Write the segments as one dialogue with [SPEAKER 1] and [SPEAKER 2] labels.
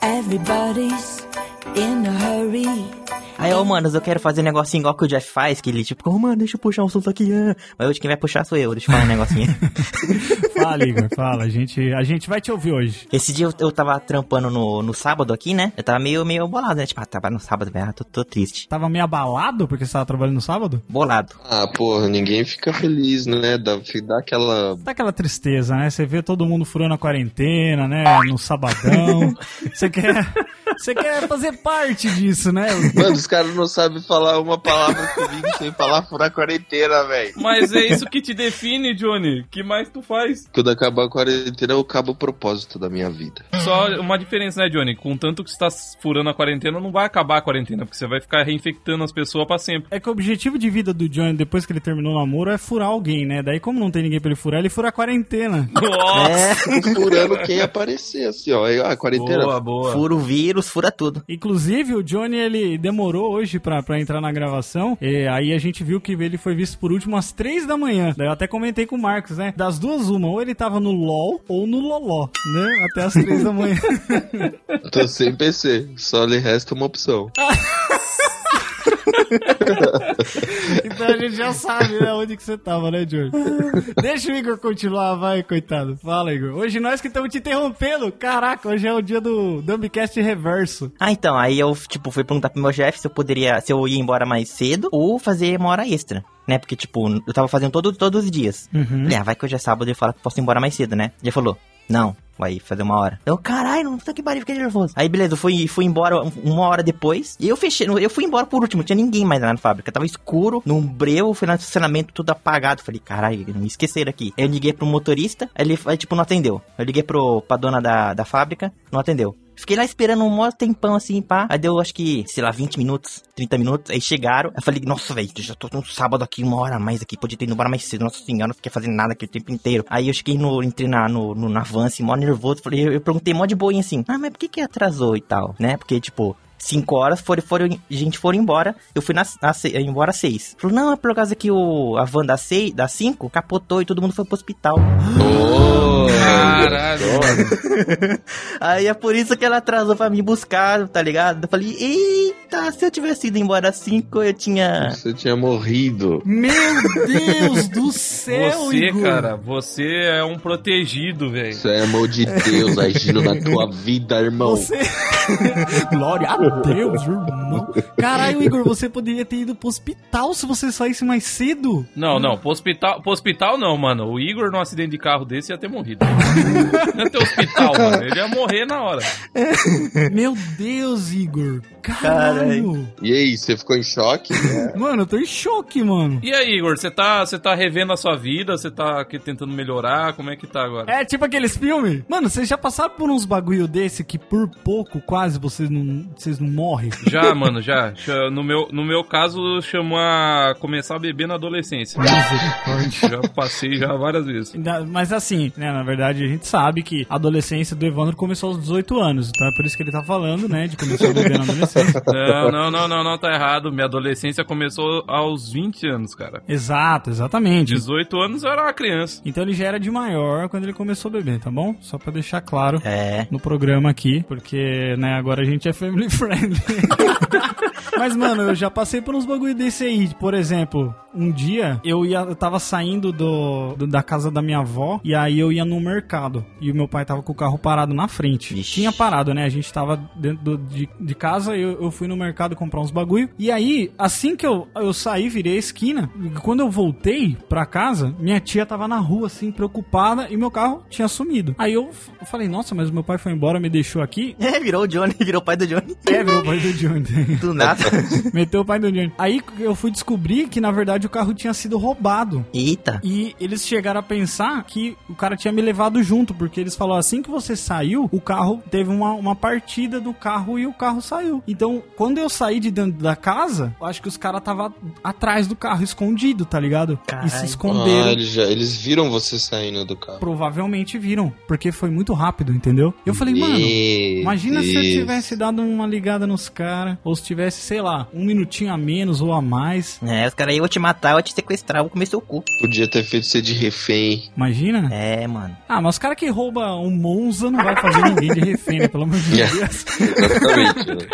[SPEAKER 1] Everybody's in a hurry.
[SPEAKER 2] Aí, ô, mano, eu quero fazer um negocinho igual que o Jeff faz, que ele tipo, ô, mano, deixa eu puxar um assunto aqui. ah. Mas hoje quem vai puxar sou eu, deixa eu falar um negocinho.
[SPEAKER 3] Fala, Igor, fala. A gente, a gente vai te ouvir hoje.
[SPEAKER 2] Esse dia eu, eu tava trampando no, no sábado aqui, né? Eu tava meio, meio bolado, né? Tipo, ah, tava no sábado, velho, ah, tô, tô triste.
[SPEAKER 3] Tava meio abalado porque você tava trabalhando no sábado?
[SPEAKER 2] Bolado.
[SPEAKER 4] Ah, porra, ninguém fica feliz, né? Dá, dá aquela.
[SPEAKER 3] Dá aquela tristeza, né? Você vê todo mundo furando a quarentena, né? No sabadão. Você quer, você quer fazer parte disso, né?
[SPEAKER 4] Mano, os caras não sabem falar uma palavra comigo sem falar furar a quarentena, velho.
[SPEAKER 5] Mas é isso que te define, Johnny. Que mais tu faz?
[SPEAKER 4] Quando acabar a quarentena, eu acabo o propósito da minha vida.
[SPEAKER 5] Só uma diferença, né, Johnny? Contanto que você tá furando a quarentena, não vai acabar a quarentena, porque você vai ficar reinfectando as pessoas pra sempre.
[SPEAKER 3] É que o objetivo de vida do Johnny depois que ele terminou o namoro é furar alguém, né? Daí, como não tem ninguém pra ele furar, ele fura a quarentena.
[SPEAKER 5] Nossa!
[SPEAKER 2] É,
[SPEAKER 4] Furando quem aparecer, assim, ó. Aí, Ah, quarentena.
[SPEAKER 5] Boa, boa.
[SPEAKER 2] fura o vírus, fura tudo.
[SPEAKER 3] Inclusive, o Johnny, ele demorou hoje pra, pra entrar na gravação. E aí a gente viu que ele foi visto por último às três da manhã. Daí eu até comentei com o Marcos, né? Das duas, uma. Ou ele tava no LOL ou no Loló, né? Até às três da manhã.
[SPEAKER 4] Tô sem PC. Só lhe resta uma opção.
[SPEAKER 3] Então a gente já sabe, né? Onde que você tava, né, Johnny? Deixa o Igor continuar, vai, coitado. Fala, Igor. Hoje nós que estamos te interrompendo. Caraca, hoje é o dia do Dumbcast Reverso.
[SPEAKER 2] Ah, então, aí eu, tipo, fui perguntar pro meu chefe se eu poderia, se eu ia embora mais cedo ou fazer uma hora extra, né? Porque, tipo, eu tava fazendo todo, todos os dias. Falei, ah, vai que hoje é sábado e eu falo que posso ir embora mais cedo, né? Ele falou, não, vai fazer uma hora. Eu, caralho, não sei que barulho, fiquei nervoso. Aí, beleza, eu fui, fui embora um, uma hora depois. E eu fechei, eu fui embora por último, não tinha ninguém mais lá na fábrica. Tava escuro, num breu, fui lá no estacionamento, tudo apagado. Falei, caralho, me esqueceram aqui. Aí eu liguei pro motorista, aí ele, aí, tipo, não atendeu. Eu liguei pro, pra dona da, da fábrica, não atendeu. Fiquei lá esperando um maior tempão assim, pá. Aí deu, acho que, sei lá, 20 minutos, 30 minutos. Aí chegaram. Eu falei, nossa, velho, já tô no sábado aqui, uma hora a mais aqui. Podia ter ido embora mais cedo. Nossa senhora, não fiquei fazendo nada aqui o tempo inteiro. Aí eu cheguei no, entrei na, no, no, na van, assim, mó nervoso. Falei, eu, eu perguntei mó de boinha assim, ah, mas por que que atrasou e tal, né? Porque, tipo, 5 horas, foram, foram, gente foram embora. Eu fui na, na, se- embora às 6. Falou, não, é por causa que o, a van das 5 das cinco capotou e todo mundo foi pro hospital.
[SPEAKER 4] Ô,
[SPEAKER 5] Caralho.
[SPEAKER 2] Aí é por isso que ela atrasou pra me buscar, tá ligado? Eu falei, eita, se eu tivesse ido embora às 5, eu tinha.
[SPEAKER 4] Você tinha morrido.
[SPEAKER 3] Meu Deus do céu,
[SPEAKER 5] Você,
[SPEAKER 3] Igor.
[SPEAKER 5] cara, você é um protegido, velho.
[SPEAKER 4] Isso é amor de Deus agindo na tua vida, irmão.
[SPEAKER 3] Você. Glória a Deus, irmão. Caralho, Igor, você poderia ter ido pro hospital se você saísse mais cedo.
[SPEAKER 5] Não, não, pro hospital, pro hospital não, mano. O Igor, num acidente de carro desse, ia ter morrido. não ia ter hospital, mano. Ele ia morrer na hora.
[SPEAKER 3] Meu Deus, Igor. Caralho.
[SPEAKER 4] E aí, você ficou em choque?
[SPEAKER 3] Mano, eu tô em choque, mano.
[SPEAKER 5] E aí, Igor, você tá, você tá revendo a sua vida? Você tá aqui tentando melhorar? Como é que tá agora?
[SPEAKER 3] É, tipo aqueles filmes. Mano, vocês já passaram por uns bagulho desse que por pouco quase vocês não, vocês não morrem?
[SPEAKER 5] Já, mano, já. Cha- No meu, no meu caso, chamou a começar a beber na adolescência. já passei já várias vezes.
[SPEAKER 3] Ainda- Mas assim, né, na verdade a gente sabe que a adolescência do Evandro começou aos 18 anos. Então é por isso que ele tá falando, né, de começar a beber na adolescência.
[SPEAKER 5] Não, não, não, não, não, tá errado. Minha adolescência começou aos 20 anos, cara.
[SPEAKER 3] Exato, exatamente.
[SPEAKER 5] 18 anos eu era uma criança.
[SPEAKER 3] Então ele já era de maior quando ele começou a beber, tá bom? Só pra deixar claro
[SPEAKER 2] É.
[SPEAKER 3] no programa aqui, porque, né, agora a gente é family friendly. Mas, mano, eu já passei por uns bagulho desse aí. Por exemplo, um dia eu ia, eu tava saindo do, do- da casa da minha avó e aí eu ia no mercado. E o meu pai tava com o carro parado na frente.
[SPEAKER 2] Vixe.
[SPEAKER 3] Tinha parado, né? A gente tava dentro do- de, de casa, eu, eu fui no mercado comprar uns bagulho. E aí, assim que eu, eu saí, virei a esquina. e Quando eu voltei pra casa, minha tia tava na rua, assim, preocupada, e meu carro tinha sumido. Aí eu f- eu falei, nossa, mas meu pai foi embora, me deixou aqui.
[SPEAKER 2] É, virou o Johnny, virou o pai do Johnny.
[SPEAKER 3] É, meu pai do Johnny.
[SPEAKER 2] Do nada.
[SPEAKER 3] Meteu o pai do Johnny. Aí eu fui descobrir que, na verdade, o carro tinha sido roubado.
[SPEAKER 2] Eita.
[SPEAKER 3] E eles chegaram a pensar que o cara tinha me levado junto, porque eles falaram assim que você saiu, o carro teve uma, uma partida do carro e o carro saiu. Então, quando eu saí de dentro da casa, eu acho que os caras estavam atrás do carro, escondido, tá ligado? E se
[SPEAKER 2] Caralho.
[SPEAKER 3] esconderam.
[SPEAKER 4] Ah, eles, já, eles viram você saindo do carro.
[SPEAKER 3] Provavelmente viram, porque foi muito rápido, entendeu? Eu falei, mano. Imagina se eu tivesse dado uma ligada nos caras, ou se tivesse, sei lá, um minutinho a menos ou a mais.
[SPEAKER 2] É, os caras iam te matar, eu ia te sequestrar, eu vou comer seu cu.
[SPEAKER 4] Podia ter feito ser de refém.
[SPEAKER 3] Imagina?
[SPEAKER 2] É, mano.
[SPEAKER 3] Ah, mas os cara que rouba um Monza não vai fazer ninguém de refém, né? Pelo amor de Deus.
[SPEAKER 4] Exatamente. né?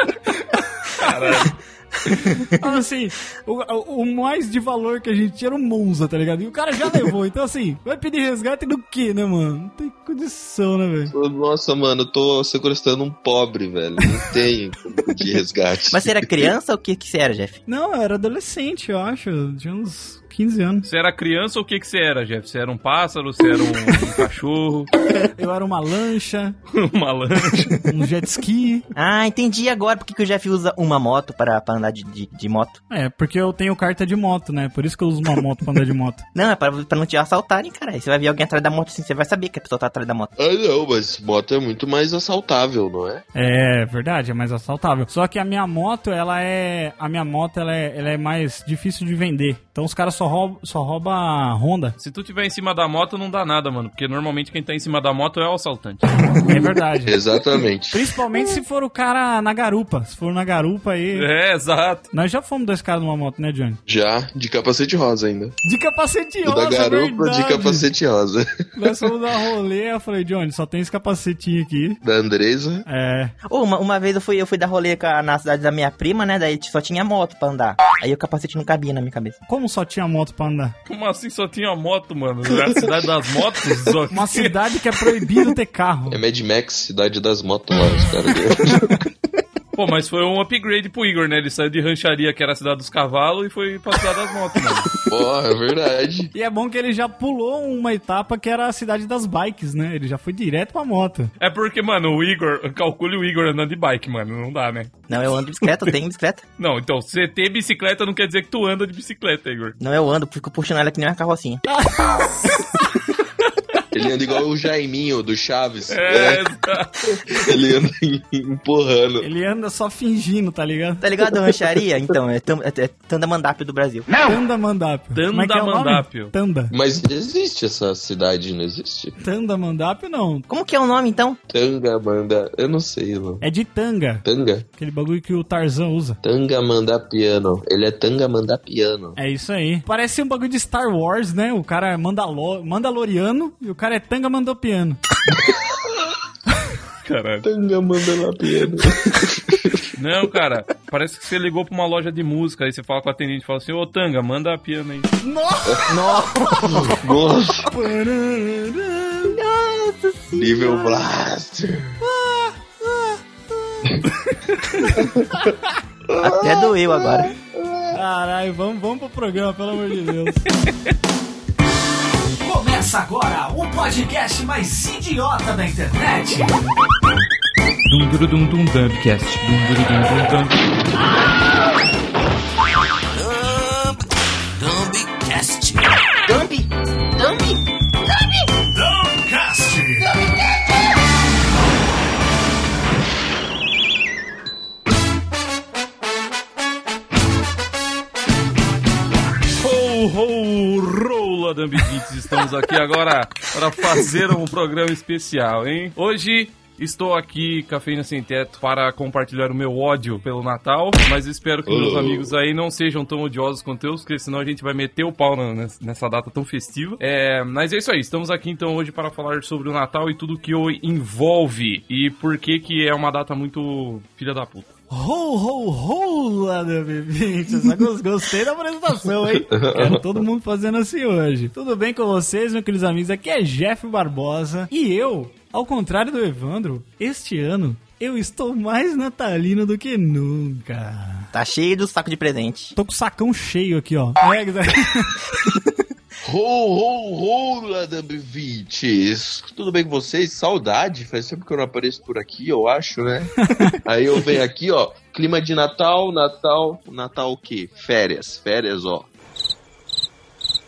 [SPEAKER 3] Então, assim, o, o- o mais de valor que a gente tinha era o Monza, tá ligado? E o cara já levou. Então, assim, vai pedir resgate do quê, né, mano? Não tem condição, né, velho?
[SPEAKER 4] Nossa, mano, eu tô sequestrando um pobre, velho. Não tenho como de resgate.
[SPEAKER 2] Mas você era criança ou o que que você era, Jeff?
[SPEAKER 3] Não, eu era adolescente, eu acho. Eu tinha uns 15 anos.
[SPEAKER 5] Você era criança ou o que que você era, Jeff? Você era um pássaro, você era um, um cachorro,
[SPEAKER 3] Eu era uma lancha,
[SPEAKER 5] uma lancha?
[SPEAKER 3] um jet ski.
[SPEAKER 2] Ah, entendi agora porque que o Jeff usa uma moto pra, pra andar de, de, de moto.
[SPEAKER 3] É, porque eu tenho carta de moto, né? Por isso que eu uso uma moto pra andar de moto.
[SPEAKER 2] Não, é pra, pra não te assaltarem, caralho. Você vai ver alguém atrás da moto assim, você vai saber que a pessoa tá atrás da moto.
[SPEAKER 4] Ah, não, mas moto é muito mais assaltável, não é?
[SPEAKER 3] É, verdade, é mais assaltável. Só que a minha moto, ela é. A minha moto, ela é, ela é mais difícil de vender. Então os caras só roubam só rouba a Honda.
[SPEAKER 5] Se tu tiver em cima da moto, não dá nada, mano. Porque normalmente quem tá em cima da moto é o assaltante.
[SPEAKER 3] É verdade.
[SPEAKER 4] Exatamente.
[SPEAKER 3] Principalmente se for o cara na garupa. Se for na garupa aí.
[SPEAKER 5] É, exato.
[SPEAKER 3] Nós já fomos dois caras numa moto, né, Johnny?
[SPEAKER 4] Já, de capacete rosa ainda.
[SPEAKER 3] De capacete
[SPEAKER 4] Do
[SPEAKER 3] rosa,
[SPEAKER 4] da garupa
[SPEAKER 3] verdade.
[SPEAKER 4] de capacete rosa.
[SPEAKER 3] Nós fomos dar rolê, eu falei, Johnny, só tem esse capacetinho aqui.
[SPEAKER 4] Da Andresa.
[SPEAKER 3] É.
[SPEAKER 2] Ô, uma, uma vez eu fui, eu fui dar rolê com a- na cidade da minha prima, né? Daí só tinha moto pra andar. Aí o capacete não cabia na minha cabeça.
[SPEAKER 3] Como só tinha moto pra andar?
[SPEAKER 5] Como assim só tinha moto, mano? A cidade das motos? Só...
[SPEAKER 3] Uma cidade que é proibido ter carro.
[SPEAKER 4] É Mad Max, cidade das motos lá, os caras.
[SPEAKER 5] Pô, mas foi um upgrade pro Igor, né? Ele saiu de rancharia, que era a cidade dos cavalos, e foi pra cidade das motos, mano.
[SPEAKER 4] Porra, é verdade.
[SPEAKER 3] E é bom que ele já pulou uma etapa que era a cidade das bikes, né? Ele já foi direto pra moto.
[SPEAKER 5] É porque, mano, o Igor, calcule o Igor andando de bike, mano. Não dá, né?
[SPEAKER 2] Não, eu ando de bicicleta, eu tenho bicicleta.
[SPEAKER 5] Não, então, você ter bicicleta não quer dizer que tu anda de bicicleta, Igor.
[SPEAKER 2] Não, eu ando, fico puxando ela que nem uma carrocinha.
[SPEAKER 4] Ele anda igual o Jaiminho do Chaves.
[SPEAKER 5] É,
[SPEAKER 4] É.
[SPEAKER 5] exato.
[SPEAKER 4] Ele anda em- empurrando.
[SPEAKER 3] Ele anda só fingindo, tá ligado?
[SPEAKER 2] Tá ligado, rancharia? Então, é, tam, é, é Tandamandápio do Brasil.
[SPEAKER 3] Tanda Mandápio.
[SPEAKER 5] É. Tanda
[SPEAKER 3] Como é que é o nome?
[SPEAKER 5] Mandápio.
[SPEAKER 3] Tanda.
[SPEAKER 4] Mas existe essa cidade, não existe?
[SPEAKER 3] Tanda Mandápio não.
[SPEAKER 2] Como que é o nome, então?
[SPEAKER 4] Tanga, manda. Eu não sei, mano.
[SPEAKER 3] É de tanga.
[SPEAKER 4] Tanga?
[SPEAKER 3] Aquele bagulho que o Tarzan usa.
[SPEAKER 4] Tanga mandar piano. Ele é Tanga mandar piano.
[SPEAKER 3] É isso aí. Parece um bagulho de Star Wars, né? O cara é Mandalo Mandaloriano e o cara é Tanga Mandopiano.
[SPEAKER 5] Caralho.
[SPEAKER 4] Tanga manda lá piano.
[SPEAKER 5] Não, cara, parece que você ligou pra uma loja de música, aí você fala com a atendente e fala assim, ô Tanga, manda a piano aí.
[SPEAKER 4] Nossa,
[SPEAKER 2] Nossa
[SPEAKER 4] nível blaster.
[SPEAKER 2] Até doeu agora.
[SPEAKER 3] Caralho, vamos, vamos pro programa, pelo amor de Deus. Começa agora o podcast mais idiota da internet.
[SPEAKER 5] Dum dum dum dum dumbcast. Dum dum dum dum dum. Ho ho rola dumbkits. Estamos aqui agora para fazer um programa especial, hein? Hoje Estou aqui, Cafeína Sem Teto, para compartilhar o meu ódio pelo Natal, mas espero que meus
[SPEAKER 4] Oh.
[SPEAKER 5] amigos amigos aí não sejam tão odiosos quanto eu, porque senão a gente vai meter o pau na- nessa- nessa data tão festiva. É, mas é isso aí, estamos aqui então hoje para falar sobre o Natal e tudo que o envolve e por que que é uma data muito filha da puta.
[SPEAKER 3] Ho, ho, ho, Lada Bebintes. Só gos- Gostei da apresentação, hein? Quero todo mundo fazendo assim hoje. Tudo bem com vocês, meus queridos amigos? Aqui é Jeff Barbosa. E eu, ao contrário do Evandro, este ano eu estou mais natalino do que nunca.
[SPEAKER 2] Tá cheio do saco de presente.
[SPEAKER 3] Tô com o sacão cheio aqui, ó. É,
[SPEAKER 4] Ho, ho, ho, Ladambivites. Tudo bem com vocês? Saudade. Faz tempo que eu não apareço por aqui, eu acho, né? Aí eu venho aqui, ó. Clima de Natal, Natal. Natal o quê? Férias. Férias, ó.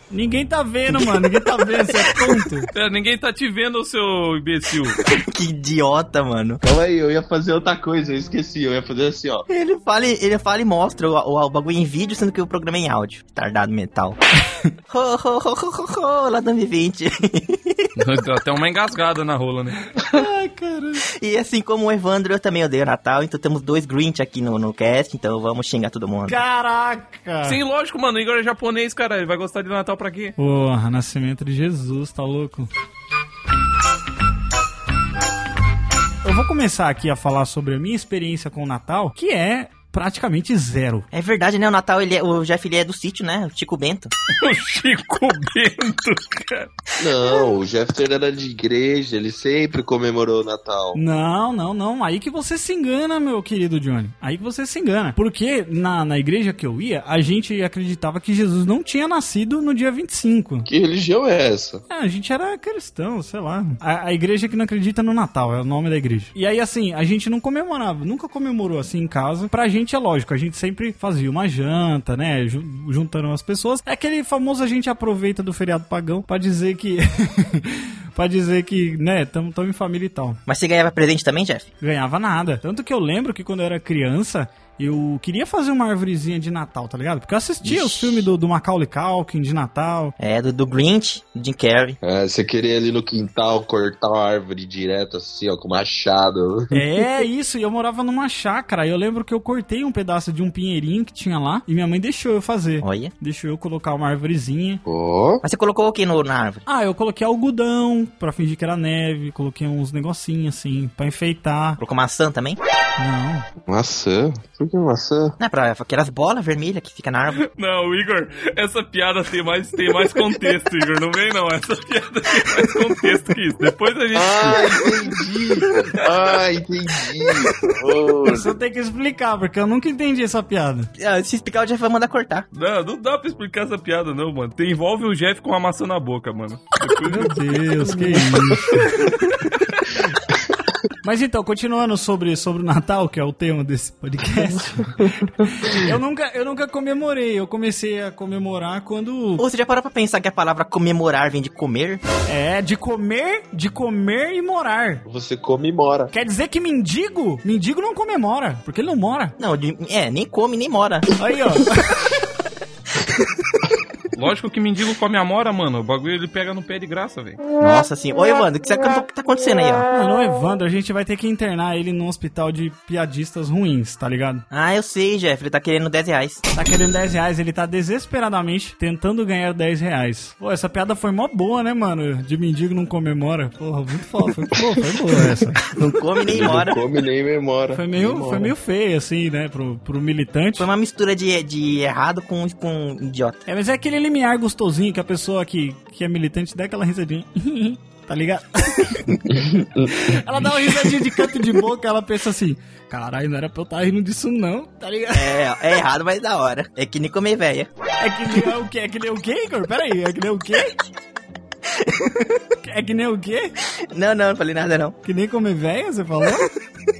[SPEAKER 3] Ninguém tá vendo, mano. Ninguém tá vendo. Você é tonto.
[SPEAKER 5] É, ninguém tá te vendo, seu imbecil.
[SPEAKER 2] Que idiota, mano.
[SPEAKER 4] Calma aí, eu ia fazer outra coisa, eu esqueci. Eu ia fazer assim, ó.
[SPEAKER 2] Ele fala, e- ele fala e mostra o, o- o bagulho em vídeo, sendo que o programa é em áudio. Tardado metal. ho, ho, ho, ho, ho, ho, lá do 20
[SPEAKER 5] Deu até uma engasgada na rola, né?
[SPEAKER 3] Ai, cara.
[SPEAKER 2] E assim como o Evandro, eu também odeio Natal, então temos dois Grinch aqui no, no cast, então vamos xingar todo mundo.
[SPEAKER 3] Caraca.
[SPEAKER 5] Sim, lógico, mano. O Igor é japonês, cara. Ele vai gostar de Natal pra quê?
[SPEAKER 3] Porra, nascimento de Jesus, tá louco? Eu vou começar aqui a falar sobre a minha experiência com o Natal, que é praticamente zero.
[SPEAKER 2] É verdade, né? O Natal, ele é, o Jeff, ele é do sítio, né? O Chico Bento.
[SPEAKER 5] O Chico Bento, cara.
[SPEAKER 4] Não, o Jefferson era de igreja, ele sempre comemorou o Natal.
[SPEAKER 3] Não, não, não. Aí que você se engana, meu querido Johnny. Aí que você se engana. Porque na, na igreja que eu ia, a gente acreditava que Jesus não tinha nascido no dia 25.
[SPEAKER 4] Que religião é essa?
[SPEAKER 3] Ah, a gente era cristão, sei lá. A, a igreja que não acredita no Natal, é o nome da igreja. E aí, assim, a gente não comemorava, nunca comemorou assim em casa. Pra gente é lógico, a gente sempre fazia uma janta, né? ju- Juntando as pessoas. É aquele famoso a gente aproveita do feriado pagão pra dizer que. pra dizer que, né, tamo, tamo em família e tal.
[SPEAKER 2] Mas você ganhava presente também, Jeff?
[SPEAKER 3] Ganhava nada. Tanto que eu lembro que quando eu era criança. Eu queria fazer uma arvorezinha de Natal, tá ligado? Porque eu assistia os filmes do, do Macaulay Culkin de Natal.
[SPEAKER 2] É, do, do Grinch, do Jim Carrey.
[SPEAKER 4] Ah, você queria ir ali no quintal cortar uma árvore direto assim, ó, com machado.
[SPEAKER 3] É isso, e eu morava numa chácara. e Eu lembro que eu cortei um pedaço de um pinheirinho que tinha lá e minha mãe deixou eu fazer.
[SPEAKER 2] Olha.
[SPEAKER 3] Deixou eu colocar uma árvorezinha.
[SPEAKER 4] Ó,
[SPEAKER 2] Mas você colocou o que no, na árvore?
[SPEAKER 3] Ah, eu coloquei algodão pra fingir que era neve, coloquei uns negocinhos assim pra enfeitar.
[SPEAKER 2] Colocou maçã também?
[SPEAKER 3] Não.
[SPEAKER 4] maçã. Por que maçã?
[SPEAKER 2] Não, é pra aquelas bolas vermelhas que fica na árvore.
[SPEAKER 5] Não, o Igor, essa piada tem mais, tem mais contexto, Igor. Não vem, não. Essa piada tem mais contexto que isso. Depois a gente.
[SPEAKER 4] Ah, entendi! Ah, entendi! Oh,
[SPEAKER 3] Eu só tenho que explicar, porque eu nunca entendi essa piada.
[SPEAKER 2] Ah, Se explicar, o Jeff vai mandar cortar.
[SPEAKER 5] Não, não dá pra explicar essa piada, não, mano. Tem, envolve o Jeff com a maçã na boca, mano. Depois
[SPEAKER 3] Meu Deus, que isso. Mas então, continuando sobre, sobre o Natal, que é o tema desse podcast, eu nunca, eu nunca comemorei. Eu comecei a comemorar quando
[SPEAKER 2] Ou você já parou pra pensar que a palavra comemorar vem de comer?
[SPEAKER 3] É, de comer, de comer e morar.
[SPEAKER 4] você come e mora.
[SPEAKER 3] Quer dizer que mendigo, mendigo não comemora, porque ele não mora.
[SPEAKER 2] Não, de- é, nem come, nem mora.
[SPEAKER 3] Aí, ó.
[SPEAKER 5] Lógico que mendigo come amora, mano. O bagulho ele pega no pé de graça, velho.
[SPEAKER 2] Nossa senhora. Ô, Evandro, o que, você- o que tá acontecendo aí, ó?
[SPEAKER 3] Mano, o Evandro, a gente vai ter que internar ele num hospital de piadistas ruins, tá ligado?
[SPEAKER 2] Ah, eu sei, Jeff, ele tá querendo 10 reais.
[SPEAKER 3] Tá querendo 10 reais, ele tá desesperadamente tentando ganhar 10 reais. Pô, essa piada foi mó boa, né, mano? De mendigo não comemora. Porra, muito foda. Foi, pô, foi boa essa.
[SPEAKER 2] Não come nem mora.
[SPEAKER 4] Não come nem memora.
[SPEAKER 3] Foi meio, foi meio feio, assim, né, pro, pro militante.
[SPEAKER 2] Foi uma mistura de, de errado com, com idiota.
[SPEAKER 3] É, mas é aquele limiar gostosinho que a pessoa que, que é militante dá aquela risadinha. tá ligado? ela dá uma risadinha de canto de boca, ela pensa assim: caralho, não era pra eu estar rindo disso, não, tá ligado?
[SPEAKER 2] É, é errado, mas da hora. É que nem comer véia.
[SPEAKER 3] É que nem o quê? É que nem o quê, Igor? Peraí, é que nem o quê? É que nem o quê?
[SPEAKER 2] Não, não, não falei nada não.
[SPEAKER 3] Que nem comer véia, você falou?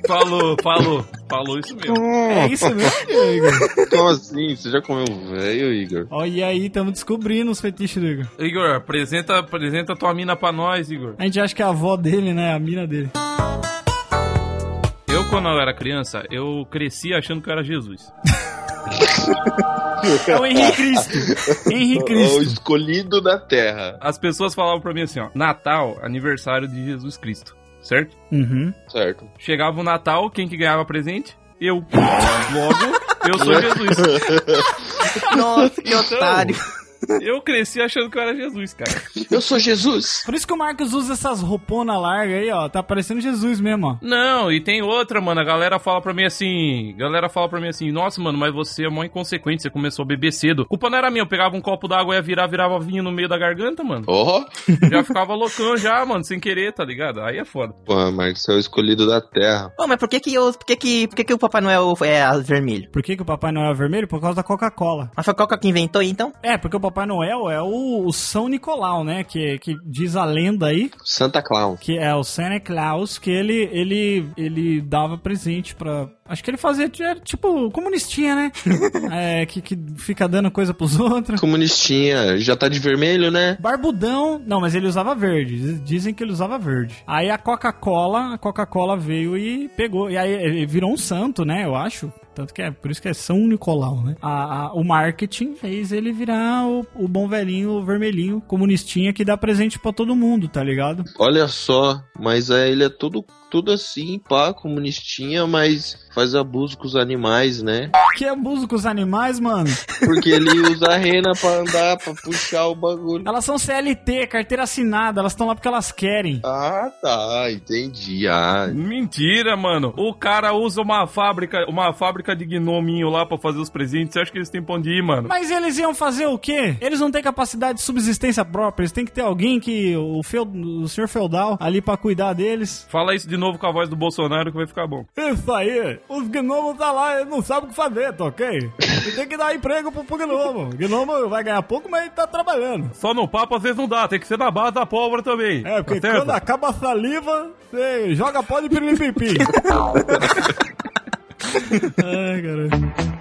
[SPEAKER 5] Falou, falou. Falou isso mesmo.
[SPEAKER 3] É isso mesmo, Igor?
[SPEAKER 4] Como assim? Você já comeu velho, Igor?
[SPEAKER 3] Olha aí, estamos descobrindo os fetiches do Igor.
[SPEAKER 5] Igor, apresenta, apresenta tua mina pra nós, Igor.
[SPEAKER 3] A gente acha que é a avó dele, né? A mina dele.
[SPEAKER 5] Eu, quando eu era criança, eu cresci achando que eu era Jesus.
[SPEAKER 3] É o Henrique Cristo. Henrique Cristo.
[SPEAKER 4] O escolhido da terra.
[SPEAKER 5] As pessoas falavam pra mim assim, ó. Natal, aniversário de Jesus Cristo, certo?
[SPEAKER 3] Uhum.
[SPEAKER 4] Certo.
[SPEAKER 5] Chegava o Natal, quem que ganhava presente? Eu. Logo, eu sou Jesus.
[SPEAKER 2] Nossa, que otário.
[SPEAKER 5] Eu cresci achando que eu era Jesus, cara.
[SPEAKER 4] Eu sou Jesus!
[SPEAKER 3] Por isso que o Marcos usa essas rouponas largas aí, ó. Tá parecendo Jesus mesmo, ó.
[SPEAKER 5] Não, e tem outra, mano. A galera fala pra mim assim. Galera fala pra mim assim, nossa, mano, mas você é mó inconsequente, você começou a beber cedo. Culpa não era minha, eu pegava um copo d'água e ia virar, virava vinho no meio da garganta, mano.
[SPEAKER 4] Ó,
[SPEAKER 5] Já ficava loucão já, mano, sem querer, tá ligado? Aí é foda.
[SPEAKER 4] pô, Marcos, você é o escolhido da terra.
[SPEAKER 2] Ô, mas por que que, os, por que, que, por que, que o Papai Noel é vermelho?
[SPEAKER 3] Por que, que o Papai Noel é vermelho? Por causa da Coca-Cola.
[SPEAKER 2] Mas foi a Coca que inventou aí, então?
[SPEAKER 3] É, porque o Papai Noel é o, o São Nicolau, né? Que, que diz a lenda aí
[SPEAKER 4] Santa Clown.
[SPEAKER 3] que é o Santa Claus, que ele ele ele dava presente pra... acho que ele fazia era tipo comunistinha, né? É, que que fica dando coisa pros outros.
[SPEAKER 4] Comunistinha, já tá de vermelho, né?
[SPEAKER 3] Barbudão, não, mas ele usava verde. Diz- Dizem que ele usava verde. Aí a Coca-Cola, a Coca-Cola veio e pegou. E aí ele virou um santo, né? Eu acho. Tanto que é por isso que é São Nicolau, né? A- a- o marketing fez ele virar o, o bom velhinho, o vermelhinho, comunistinha que dá presente pra todo mundo, tá ligado?
[SPEAKER 4] Olha só, mas é, ele é tudo, tudo assim, pá, comunistinha, mas faz abuso com os animais, né?
[SPEAKER 3] Que abuso com os animais, mano.
[SPEAKER 4] Porque ele usa a rena pra andar, pra puxar o bagulho.
[SPEAKER 3] Elas são CLT, carteira assinada, elas estão lá porque elas querem.
[SPEAKER 4] Ah, tá, entendi. Ah,
[SPEAKER 5] Mentira, mano. O cara usa uma fábrica, uma fábrica de gnominho lá pra fazer os presentes. Você acha que eles têm pra onde ir, mano?
[SPEAKER 3] Mas eles iam fazer o quê? Eles não têm capacidade de subsistência própria, eles têm que ter alguém que o, feu- o senhor feudal ali pra cuidar deles.
[SPEAKER 5] Fala isso de novo com a voz do Bolsonaro que vai ficar bom.
[SPEAKER 3] Isso aí, os gnomos tá lá, eles não sabem o que fazer, tá ok? E tem que dar emprego pro, pro gnomo. O gnomo vai ganhar pouco, mas ele tá trabalhando.
[SPEAKER 5] Só no papo às vezes não dá, tem que ser na base da pólvora também. tá certo?
[SPEAKER 3] acaba É, a saliva, você joga pó de piripipim. Ai, caralho.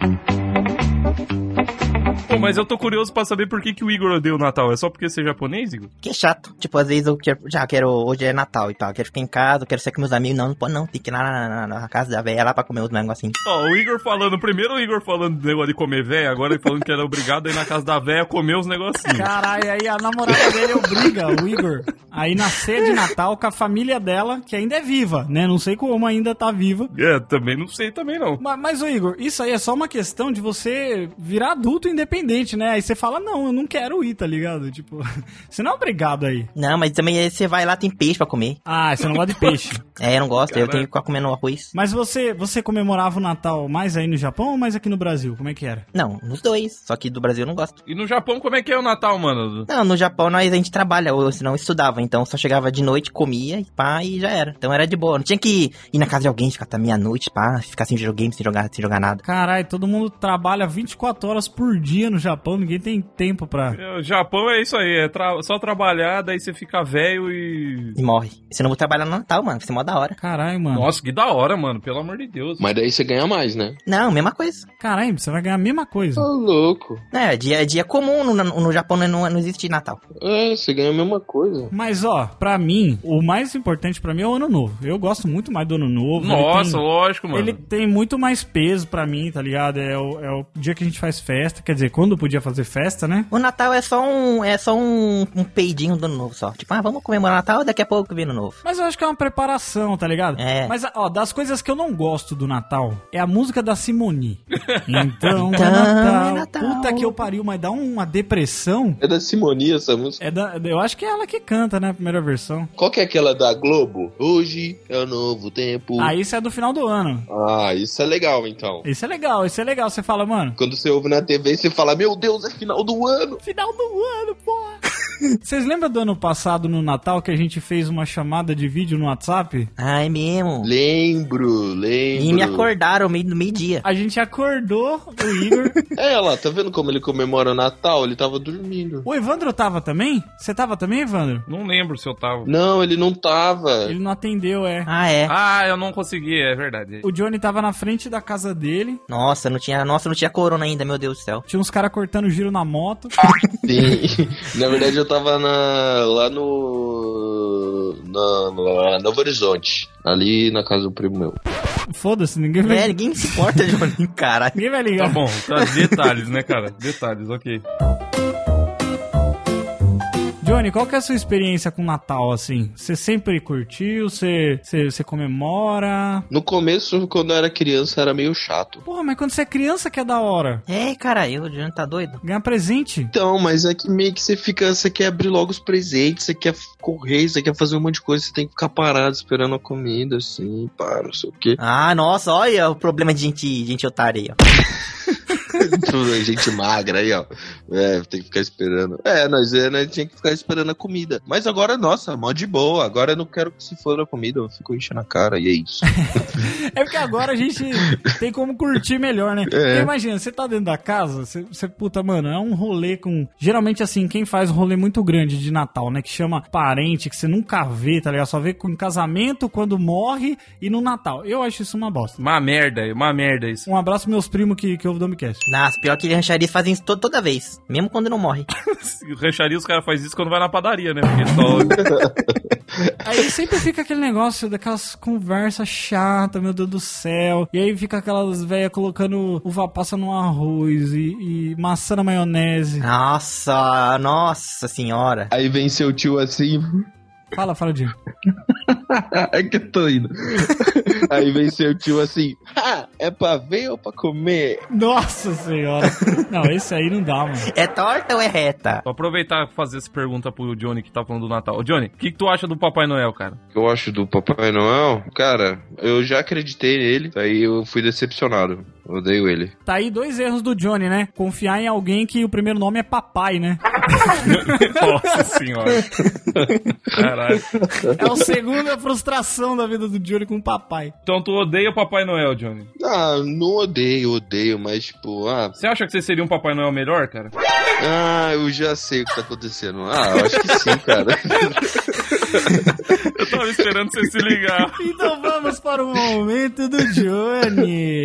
[SPEAKER 5] Pô, mas eu tô curioso pra saber por que, que o Igor odeia o Natal. É só porque ser japonês, Igor?
[SPEAKER 2] Que chato. Tipo, às vezes eu quero, já quero, hoje é Natal e tal, eu quero ficar em casa, eu quero ser com meus amigos. Não, não pode não, tem que ir lá na, na- na casa da velha lá pra comer os assim. negocinhos.
[SPEAKER 5] Ó, o Igor falando, primeiro o Igor falando do negócio de comer véia, agora ele falando que era obrigado a ir na casa da véia comer os negocinhos.
[SPEAKER 3] Caralho, aí a namorada dele obriga o Igor a ir na ceia de Natal com a família dela, que ainda é viva, né? Não sei como ainda tá viva.
[SPEAKER 5] É, também não sei também não.
[SPEAKER 3] Ma- Mas, ô Igor, isso aí é só uma questão de você virar adulto independente, né? Aí você fala, não, eu não quero ir, tá ligado? Tipo, você não é obrigado aí.
[SPEAKER 2] Não, mas também aí você vai lá, tem peixe pra comer.
[SPEAKER 3] Ah, você não gosta de peixe.
[SPEAKER 2] É, eu não gosto, eu
[SPEAKER 5] Caraca.
[SPEAKER 2] tenho que ficar comendo arroz.
[SPEAKER 3] Mas você, você comemorava o Natal mais aí no Japão ou mais aqui no Brasil? Como é que era?
[SPEAKER 2] Não, nos dois. Só que do Brasil eu não gosto.
[SPEAKER 5] E no Japão, como é que é o Natal, mano?
[SPEAKER 2] Não, no Japão nós a gente trabalha, ou senão estudava. Então só chegava de noite, comia e pá, e já era. Então era de boa. Não tinha que ir na casa de alguém, ficar até meia-noite, pá, ficar sem videogame, sem jogar, sem jogar nada.
[SPEAKER 3] Caralho, todo mundo trabalha 24 horas por dia no Japão, ninguém tem tempo pra.
[SPEAKER 5] É, O Japão é isso aí, é tra- só trabalhar, daí você fica velho e.
[SPEAKER 2] E morre. Você não vou trabalhar no Natal, mano. Vai ser mó da hora.
[SPEAKER 3] Caralho, mano.
[SPEAKER 5] Nossa, que da hora, mano, pelo amor de Deus.
[SPEAKER 4] mas daí você ganha mais, né?
[SPEAKER 2] Não, mesma coisa.
[SPEAKER 3] Caralho, você vai ganhar a mesma coisa.
[SPEAKER 4] Tá louco.
[SPEAKER 2] É, dia, dia comum no, no Japão né, não, não existe Natal.
[SPEAKER 4] É, você ganha a mesma coisa.
[SPEAKER 3] Mas ó, pra mim, o mais importante pra mim é o ano novo. Eu gosto muito mais do ano novo. ele
[SPEAKER 5] Nossa,
[SPEAKER 3] tem-
[SPEAKER 5] lógico, mano.
[SPEAKER 3] Ele tem muito mais peso pra mim, tá ligado? É o, é o dia que a gente faz festa, quer dizer, quando podia fazer festa, né?
[SPEAKER 2] O Natal é só um. é só um, um peidinho do ano novo só. Tipo, ah, vamos comemorar o Natal, daqui a pouco vem ano novo.
[SPEAKER 3] Mas eu acho que é uma preparação, tá ligado?
[SPEAKER 2] É.
[SPEAKER 3] Mas, ó, das coisas que eu não gosto do Natal é a música da Simone. Então,
[SPEAKER 2] Então,
[SPEAKER 3] é, Natal.
[SPEAKER 2] é Natal.
[SPEAKER 3] Puta que eu pariu, mas dá uma depressão.
[SPEAKER 4] É da Simonia essa música.
[SPEAKER 3] É da, eu acho que é ela que canta, né? A primeira versão.
[SPEAKER 4] Qual que é aquela da Globo? Hoje é o novo tempo.
[SPEAKER 3] Ah, isso é do final do ano.
[SPEAKER 4] Ah, isso é legal então.
[SPEAKER 3] Isso é legal, isso é legal. Você fala, mano,
[SPEAKER 4] Quando você ouve na TV, você fala: Meu Deus, é final do ano.
[SPEAKER 3] Final do ano, porra! Vocês lembram do ano passado, no Natal, que a gente fez uma chamada de vídeo no WhatsApp?
[SPEAKER 2] Ah, é mesmo.
[SPEAKER 4] Lembro, lembro.
[SPEAKER 2] E me acordaram meio- no meio-dia.
[SPEAKER 3] A gente acordou o Igor.
[SPEAKER 4] É, olha lá, tá vendo como ele comemora o Natal? Ele tava dormindo.
[SPEAKER 3] o Evandro tava também? Você tava também, Evandro?
[SPEAKER 5] Não lembro se eu tava.
[SPEAKER 4] Não, ele não tava.
[SPEAKER 3] Ele não atendeu, é.
[SPEAKER 2] Ah, é.
[SPEAKER 5] Ah, eu não consegui, é verdade.
[SPEAKER 3] O Johnny tava na frente da casa dele.
[SPEAKER 2] Nossa, não tinha. Nossa, não tinha corona ainda, meu Deus do céu.
[SPEAKER 3] Tinha uns caras cortando giro na moto.
[SPEAKER 5] Ah.
[SPEAKER 4] Sim. na verdade, eu tava na, lá no. Na, na- Novo Horizonte. Ali na casa do primo meu.
[SPEAKER 3] Foda-se, ninguém vai.
[SPEAKER 2] É, ninguém se importa, Johnny. Caralho.
[SPEAKER 3] Ninguém vai ligar.
[SPEAKER 5] Tá bom, tá, detalhes, né, cara? Detalhes, ok.
[SPEAKER 3] Johnny, qual que é a sua experiência com o Natal, assim? Você sempre curtiu? Você, você, você comemora?
[SPEAKER 4] No começo, quando eu era criança, era meio chato.
[SPEAKER 3] Porra, mas quando você é criança que é da hora.
[SPEAKER 2] É, cara, eu, o Johnny tá doido.
[SPEAKER 3] Ganhar presente?
[SPEAKER 4] Então, mas é que meio que você fica. Você quer abrir logo os presentes, você quer correr, você quer fazer um monte de coisa, você tem que ficar parado esperando a comida, assim, pá, não sei o quê.
[SPEAKER 2] Ah, nossa, olha o problema de gente, gente otária aí, ó.
[SPEAKER 4] gente magra aí, ó. É, tem que ficar esperando. É, nós, é, nós tinha que ficar esperando a comida. Mas agora, nossa, mó de boa. Agora eu não quero que se for a comida, eu fico enchendo a cara e é isso.
[SPEAKER 3] É porque agora a gente tem como curtir melhor, né? Porque imagina, você tá dentro da casa, você, você, puta, mano, é um rolê com. Geralmente, assim, quem faz um rolê muito grande de Natal, né? Que chama parente, que você nunca vê, tá ligado? Só vê com casamento, quando morre e no Natal. Eu acho isso uma bosta.
[SPEAKER 5] Uma merda, uma merda isso.
[SPEAKER 3] Um abraço pros meus primos que, que ouvem o Domicast.
[SPEAKER 2] Nossa, pior que rancharias fazem isso to- toda vez, mesmo quando não morre.
[SPEAKER 5] O Rancharia, os caras fazem isso quando vai na padaria, né? Porque só...
[SPEAKER 3] Aí sempre fica aquele negócio daquelas conversas chatas, meu Deus do céu. E aí fica aquelas velhas colocando uva passa no arroz e, e maçã na maionese.
[SPEAKER 2] Nossa, nossa senhora.
[SPEAKER 4] Aí vem seu tio assim.
[SPEAKER 3] Fala, fala, Dinho.
[SPEAKER 4] é que eu tô indo. Aí vem seu tio assim. Ah, é pra ver ou pra comer?
[SPEAKER 3] Nossa senhora. Não, esse aí não dá, mano.
[SPEAKER 2] É torta ou é reta?
[SPEAKER 5] Vou aproveitar e fazer essa pergunta pro Johnny que tá falando do Natal. Ô, Johnny, o que, que tu acha do Papai Noel, cara?
[SPEAKER 4] O que eu acho do Papai Noel? Cara, eu já acreditei nele. Aí eu fui decepcionado. Odeio ele.
[SPEAKER 3] Tá aí dois erros do Johnny, né? Confiar em alguém que o primeiro nome é papai, né?
[SPEAKER 5] Nossa senhora. Caralho.
[SPEAKER 3] É o segundo a frustração da vida do Johnny com o papai.
[SPEAKER 5] Então tu odeia o Papai Noel, Johnny.
[SPEAKER 4] Ah, não odeio, odeio, mas tipo, ah,
[SPEAKER 5] Você acha que você seria um Papai Noel melhor, cara?
[SPEAKER 4] ah, eu já sei o que tá acontecendo. Ah, eu acho que sim, cara.
[SPEAKER 5] Eu tava esperando você se ligar.
[SPEAKER 3] Então vamos para o momento do Johnny.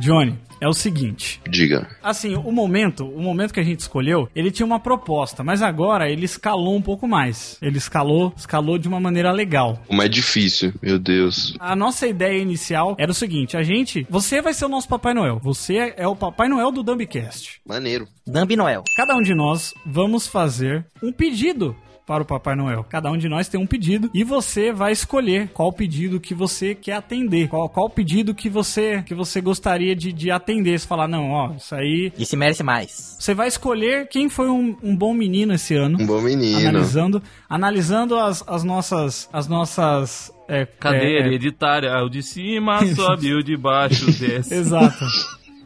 [SPEAKER 3] Johnny, é o seguinte.
[SPEAKER 4] Diga.
[SPEAKER 3] Assim, o momento, o momento que a gente escolheu, ele tinha uma proposta, mas agora ele escalou um pouco mais. Ele escalou, escalou de uma maneira legal.
[SPEAKER 4] Como é difícil, meu Deus.
[SPEAKER 3] A nossa ideia inicial era o seguinte: a gente, você vai ser o nosso Papai Noel. Você é o Papai Noel do Dumbcast.
[SPEAKER 4] Maneiro.
[SPEAKER 2] Dambi Noel.
[SPEAKER 3] Cada um de nós vamos fazer um pedido para o Papai Noel. Cada um de nós tem um pedido e você vai escolher qual pedido que você quer atender, qual, qual pedido que você que você gostaria de, de atender. Você falar não, ó, isso aí.
[SPEAKER 2] E se merece mais.
[SPEAKER 3] Você vai escolher quem foi um, um bom menino esse ano.
[SPEAKER 4] Um bom menino.
[SPEAKER 3] Analisando, analisando as, as nossas, as nossas. é,
[SPEAKER 5] Cadê
[SPEAKER 3] é, é,
[SPEAKER 5] ele? Hereditária. Ah, O de cima sobe, o de baixo desce.
[SPEAKER 3] Exato.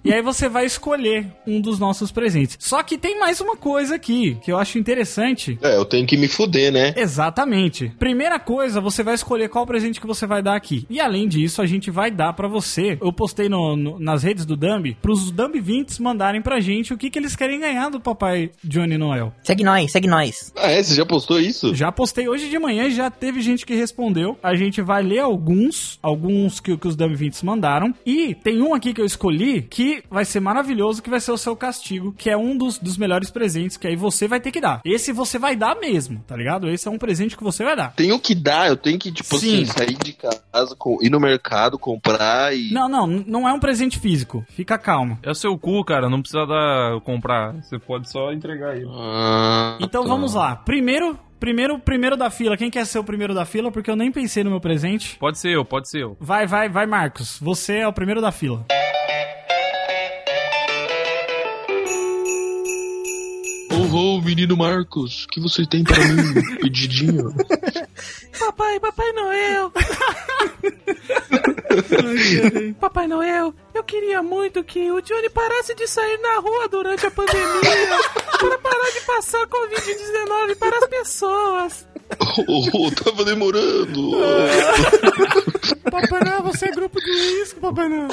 [SPEAKER 3] E aí você vai escolher um dos nossos presentes. Só que tem mais uma coisa aqui que eu acho interessante.
[SPEAKER 4] É, eu tenho que me fuder, né?
[SPEAKER 3] Exatamente. Primeira coisa, você vai escolher qual presente que você vai dar aqui. E além disso, a gente vai dar pra você. Eu postei no, no- nas redes do Dumb pros Dumb vintes mandarem pra gente o que, que eles querem ganhar do papai Johnny Noel.
[SPEAKER 2] Segue nós, segue nós.
[SPEAKER 4] Ah, é? Você já postou isso?
[SPEAKER 3] Já postei hoje de manhã, e já teve gente que respondeu. A gente vai ler alguns, alguns que, que os Dumb 20 mandaram. E tem um aqui que eu escolhi que vai ser maravilhoso, que vai ser o seu castigo, que é um dos, dos melhores presentes que aí você vai ter que dar. Esse você vai dar mesmo, tá ligado? Esse é um presente que você vai dar.
[SPEAKER 4] Tenho que dar, eu tenho que, tipo
[SPEAKER 3] Sim.
[SPEAKER 4] assim, sair de casa, com- ir no mercado, comprar e.
[SPEAKER 3] Não, não, n- não é um presente físico. Fica calma.
[SPEAKER 5] É o seu cu, cara. Não precisa dar, comprar. Você pode só entregar ele.
[SPEAKER 4] Ah,
[SPEAKER 3] Então
[SPEAKER 4] tá.
[SPEAKER 3] vamos lá. Primeiro, primeiro, primeiro da fila. Quem quer ser o primeiro da fila? Porque eu nem pensei no meu presente.
[SPEAKER 5] Pode ser eu, pode ser eu.
[SPEAKER 3] Vai, vai, vai, Marcos. Você é o primeiro da fila.
[SPEAKER 4] Oh, oh, menino Marcos, o que você tem pra mim? Pedidinho.
[SPEAKER 1] Papai, Papai Noel. Papai Noel, eu queria muito que o Johnny parasse de sair na rua durante a pandemia para parar de passar Covid-19 para as pessoas.
[SPEAKER 4] Oh, oh, oh, tava demorando.
[SPEAKER 3] Papai Noel, você é grupo de risco, Papai Noel.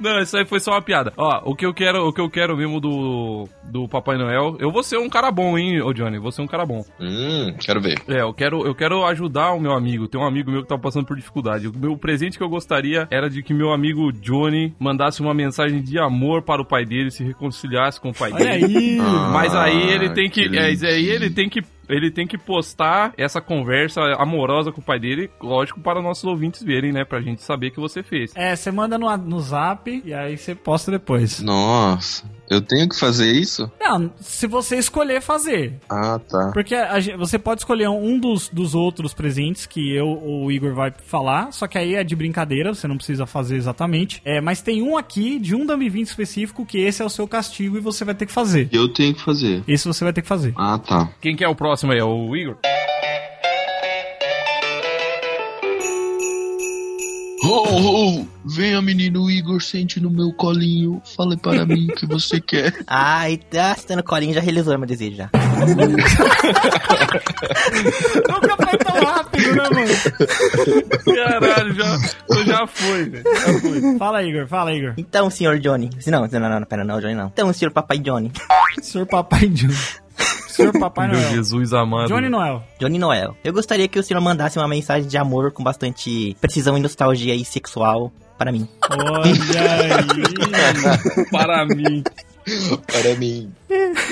[SPEAKER 5] Não, isso aí foi só uma piada. Ó, o que eu quero, o que eu quero mesmo do, do Papai Noel. Eu vou ser um cara bom, hein, ô Johnny. Vou ser um cara bom.
[SPEAKER 4] Hum, quero ver.
[SPEAKER 5] É, eu quero, eu quero ajudar o meu amigo. Tem um amigo meu que tá passando por dificuldade. O meu presente que eu gostaria era de que meu amigo Johnny mandasse uma mensagem de amor para o pai dele, se reconciliasse com o pai
[SPEAKER 3] Olha
[SPEAKER 5] dele.
[SPEAKER 3] aí.
[SPEAKER 5] Mas aí ele
[SPEAKER 4] Ah,
[SPEAKER 5] tem que,
[SPEAKER 4] que
[SPEAKER 5] é, isso aí
[SPEAKER 4] lindinho.
[SPEAKER 5] ele tem que ele tem que postar essa conversa amorosa com o pai dele, lógico, para nossos ouvintes verem, né? Pra gente saber que você fez.
[SPEAKER 3] É, você manda no, no zap e aí você posta depois.
[SPEAKER 4] Nossa, eu tenho que fazer isso?
[SPEAKER 3] Não, se você escolher fazer.
[SPEAKER 4] Ah, tá.
[SPEAKER 3] Porque a gen- você pode escolher um dos, dos outros presentes que eu ou o Igor vai falar, só que aí é de brincadeira, você não precisa fazer exatamente. É, mas tem um aqui de um Dummy 20 específico que esse é o seu castigo e você vai ter que fazer.
[SPEAKER 4] Eu tenho que fazer.
[SPEAKER 3] Esse você vai ter que fazer.
[SPEAKER 4] Ah, tá.
[SPEAKER 5] Quem que é o próximo aí? É o Igor?
[SPEAKER 4] Oh, oh, venha, menino Igor, sente no meu colinho. Fale para mim o que você quer.
[SPEAKER 2] Ah, e tá sendo colinho, já realizou meu desejo já.
[SPEAKER 3] Nunca foi tão rápido, né, mano?
[SPEAKER 5] Caralho, já, já foi, velho. Já foi.
[SPEAKER 3] Fala, Igor, fala, Igor.
[SPEAKER 2] Então, senhor Johnny. Não, não, não, não, pera, não, Johnny não. Então, senhor Papai Johnny.
[SPEAKER 3] Senhor Papai Johnny. Senhor Papai
[SPEAKER 5] Meu
[SPEAKER 3] Noel.
[SPEAKER 5] Jesus amado.
[SPEAKER 3] Johnny Noel.
[SPEAKER 2] Johnny Noel. Eu gostaria que o senhor mandasse uma mensagem de amor com bastante precisão e nostalgia e sexual para mim.
[SPEAKER 3] Olha aí.
[SPEAKER 5] Para mim.
[SPEAKER 4] Para mim.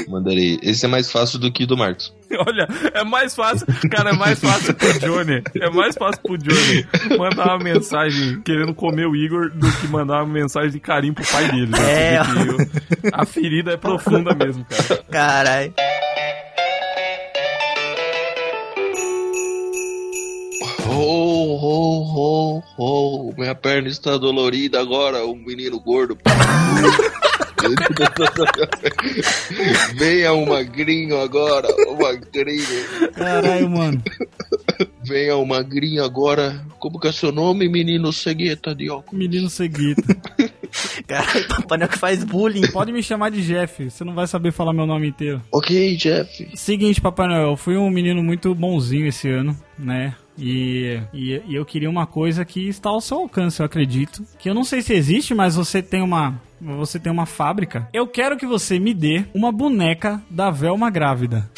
[SPEAKER 4] Mandarei. Esse é mais fácil do que o do Marcos.
[SPEAKER 5] Olha, é mais fácil. Cara, é mais fácil pro Johnny. É mais fácil pro Johnny mandar uma mensagem querendo comer o Igor do que mandar uma mensagem de carinho pro pai dele. né?
[SPEAKER 2] É.
[SPEAKER 5] Você vê que o- a ferida é profunda mesmo, cara.
[SPEAKER 2] Caralho.
[SPEAKER 4] Oh, oh, oh, oh. Minha perna está dolorida agora, um menino gordo. Venha um magrinho agora, um magrinho.
[SPEAKER 3] Caralho, mano.
[SPEAKER 4] Venha um magrinho agora. Como que é seu nome, menino cegueta de óculos?
[SPEAKER 3] Menino seguido.
[SPEAKER 2] Caralho, Papai Noel que faz bullying.
[SPEAKER 3] Pode me chamar de Jeff, você não vai saber falar meu nome inteiro.
[SPEAKER 4] Ok, Jeff.
[SPEAKER 3] Seguinte, Papai Noel, eu fui um menino muito bonzinho esse ano, né? E, e, e eu queria uma coisa que está ao seu alcance, eu acredito. Que eu não sei se existe, mas você tem uma. Você tem uma fábrica. Eu quero que você me dê uma boneca da Velma grávida.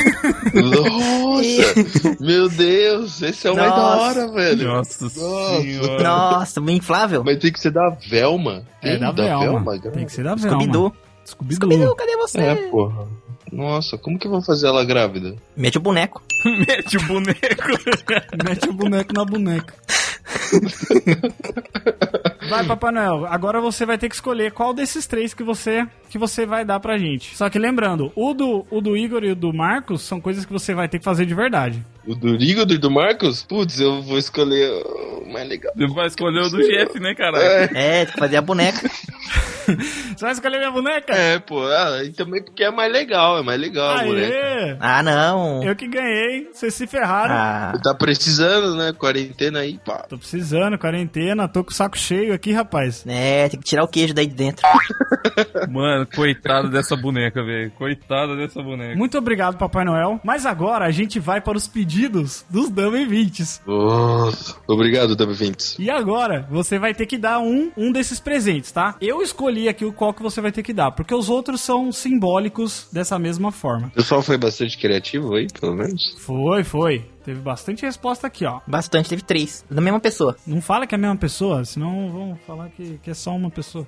[SPEAKER 4] Nossa, meu Deus, esse é o mais da
[SPEAKER 2] Nossa.
[SPEAKER 4] hora, velho.
[SPEAKER 5] Nossa
[SPEAKER 4] Nossa.
[SPEAKER 5] senhora.
[SPEAKER 2] Nossa, bem inflável.
[SPEAKER 4] Mas tem que ser da Velma.
[SPEAKER 3] É,
[SPEAKER 4] Tem
[SPEAKER 3] da, Velma.
[SPEAKER 4] cara?
[SPEAKER 3] Tem que ser da Velma.
[SPEAKER 2] Scooby-Doo. Scooby-Doo,
[SPEAKER 3] Scooby-Doo.
[SPEAKER 2] cadê você?
[SPEAKER 4] É, porra. Nossa, como que eu vou fazer ela grávida?
[SPEAKER 2] Mete o boneco.
[SPEAKER 5] Mete o boneco.
[SPEAKER 3] Mete o boneco na boneca. Vai, Papai Noel. Agora você vai ter que escolher qual desses três que você que você vai dar pra gente. Só que lembrando, o do, o do Igor e o do Marcos são coisas que você vai ter que fazer de verdade.
[SPEAKER 4] O do Igor e do Marcos? Putz, eu vou escolher o mais legal.
[SPEAKER 5] Você vai escolher o do Jeff, né, caralho?
[SPEAKER 2] É, tem que fazer a boneca.
[SPEAKER 3] Você vai escolher minha boneca?
[SPEAKER 4] É, pô, ah, e também porque é mais legal, é mais legal, moleque.
[SPEAKER 3] Aê!
[SPEAKER 2] Ah, não.
[SPEAKER 3] Eu que ganhei, vocês se ferraram.
[SPEAKER 2] Ah,
[SPEAKER 4] Tá precisando, né? Quarentena aí, pá.
[SPEAKER 3] Tô precisando, quarentena, tô com o saco cheio aqui, rapaz.
[SPEAKER 2] é, tem que tirar o queijo daí de dentro.
[SPEAKER 5] Mano, coitado dessa boneca, velho. Coitada dessa boneca.
[SPEAKER 3] Muito obrigado, Papai Noel. Mas agora a gente vai para os pedidos dos Dummy 20s.
[SPEAKER 4] Nossa. Obrigado, Dami Vintes.
[SPEAKER 3] E agora, você vai ter que dar um, um desses presentes, tá? Eu escolhi aqui o qual que você vai ter que dar, porque os outros são simbólicos dessa mesma forma.
[SPEAKER 4] O pessoal foi bastante criativo aí, pelo menos.
[SPEAKER 3] Foi, foi. Teve bastante resposta aqui, ó.
[SPEAKER 2] Bastante, teve três. Da mesma pessoa.
[SPEAKER 3] Não fala que é a mesma pessoa, senão vão falar que, que é só uma pessoa.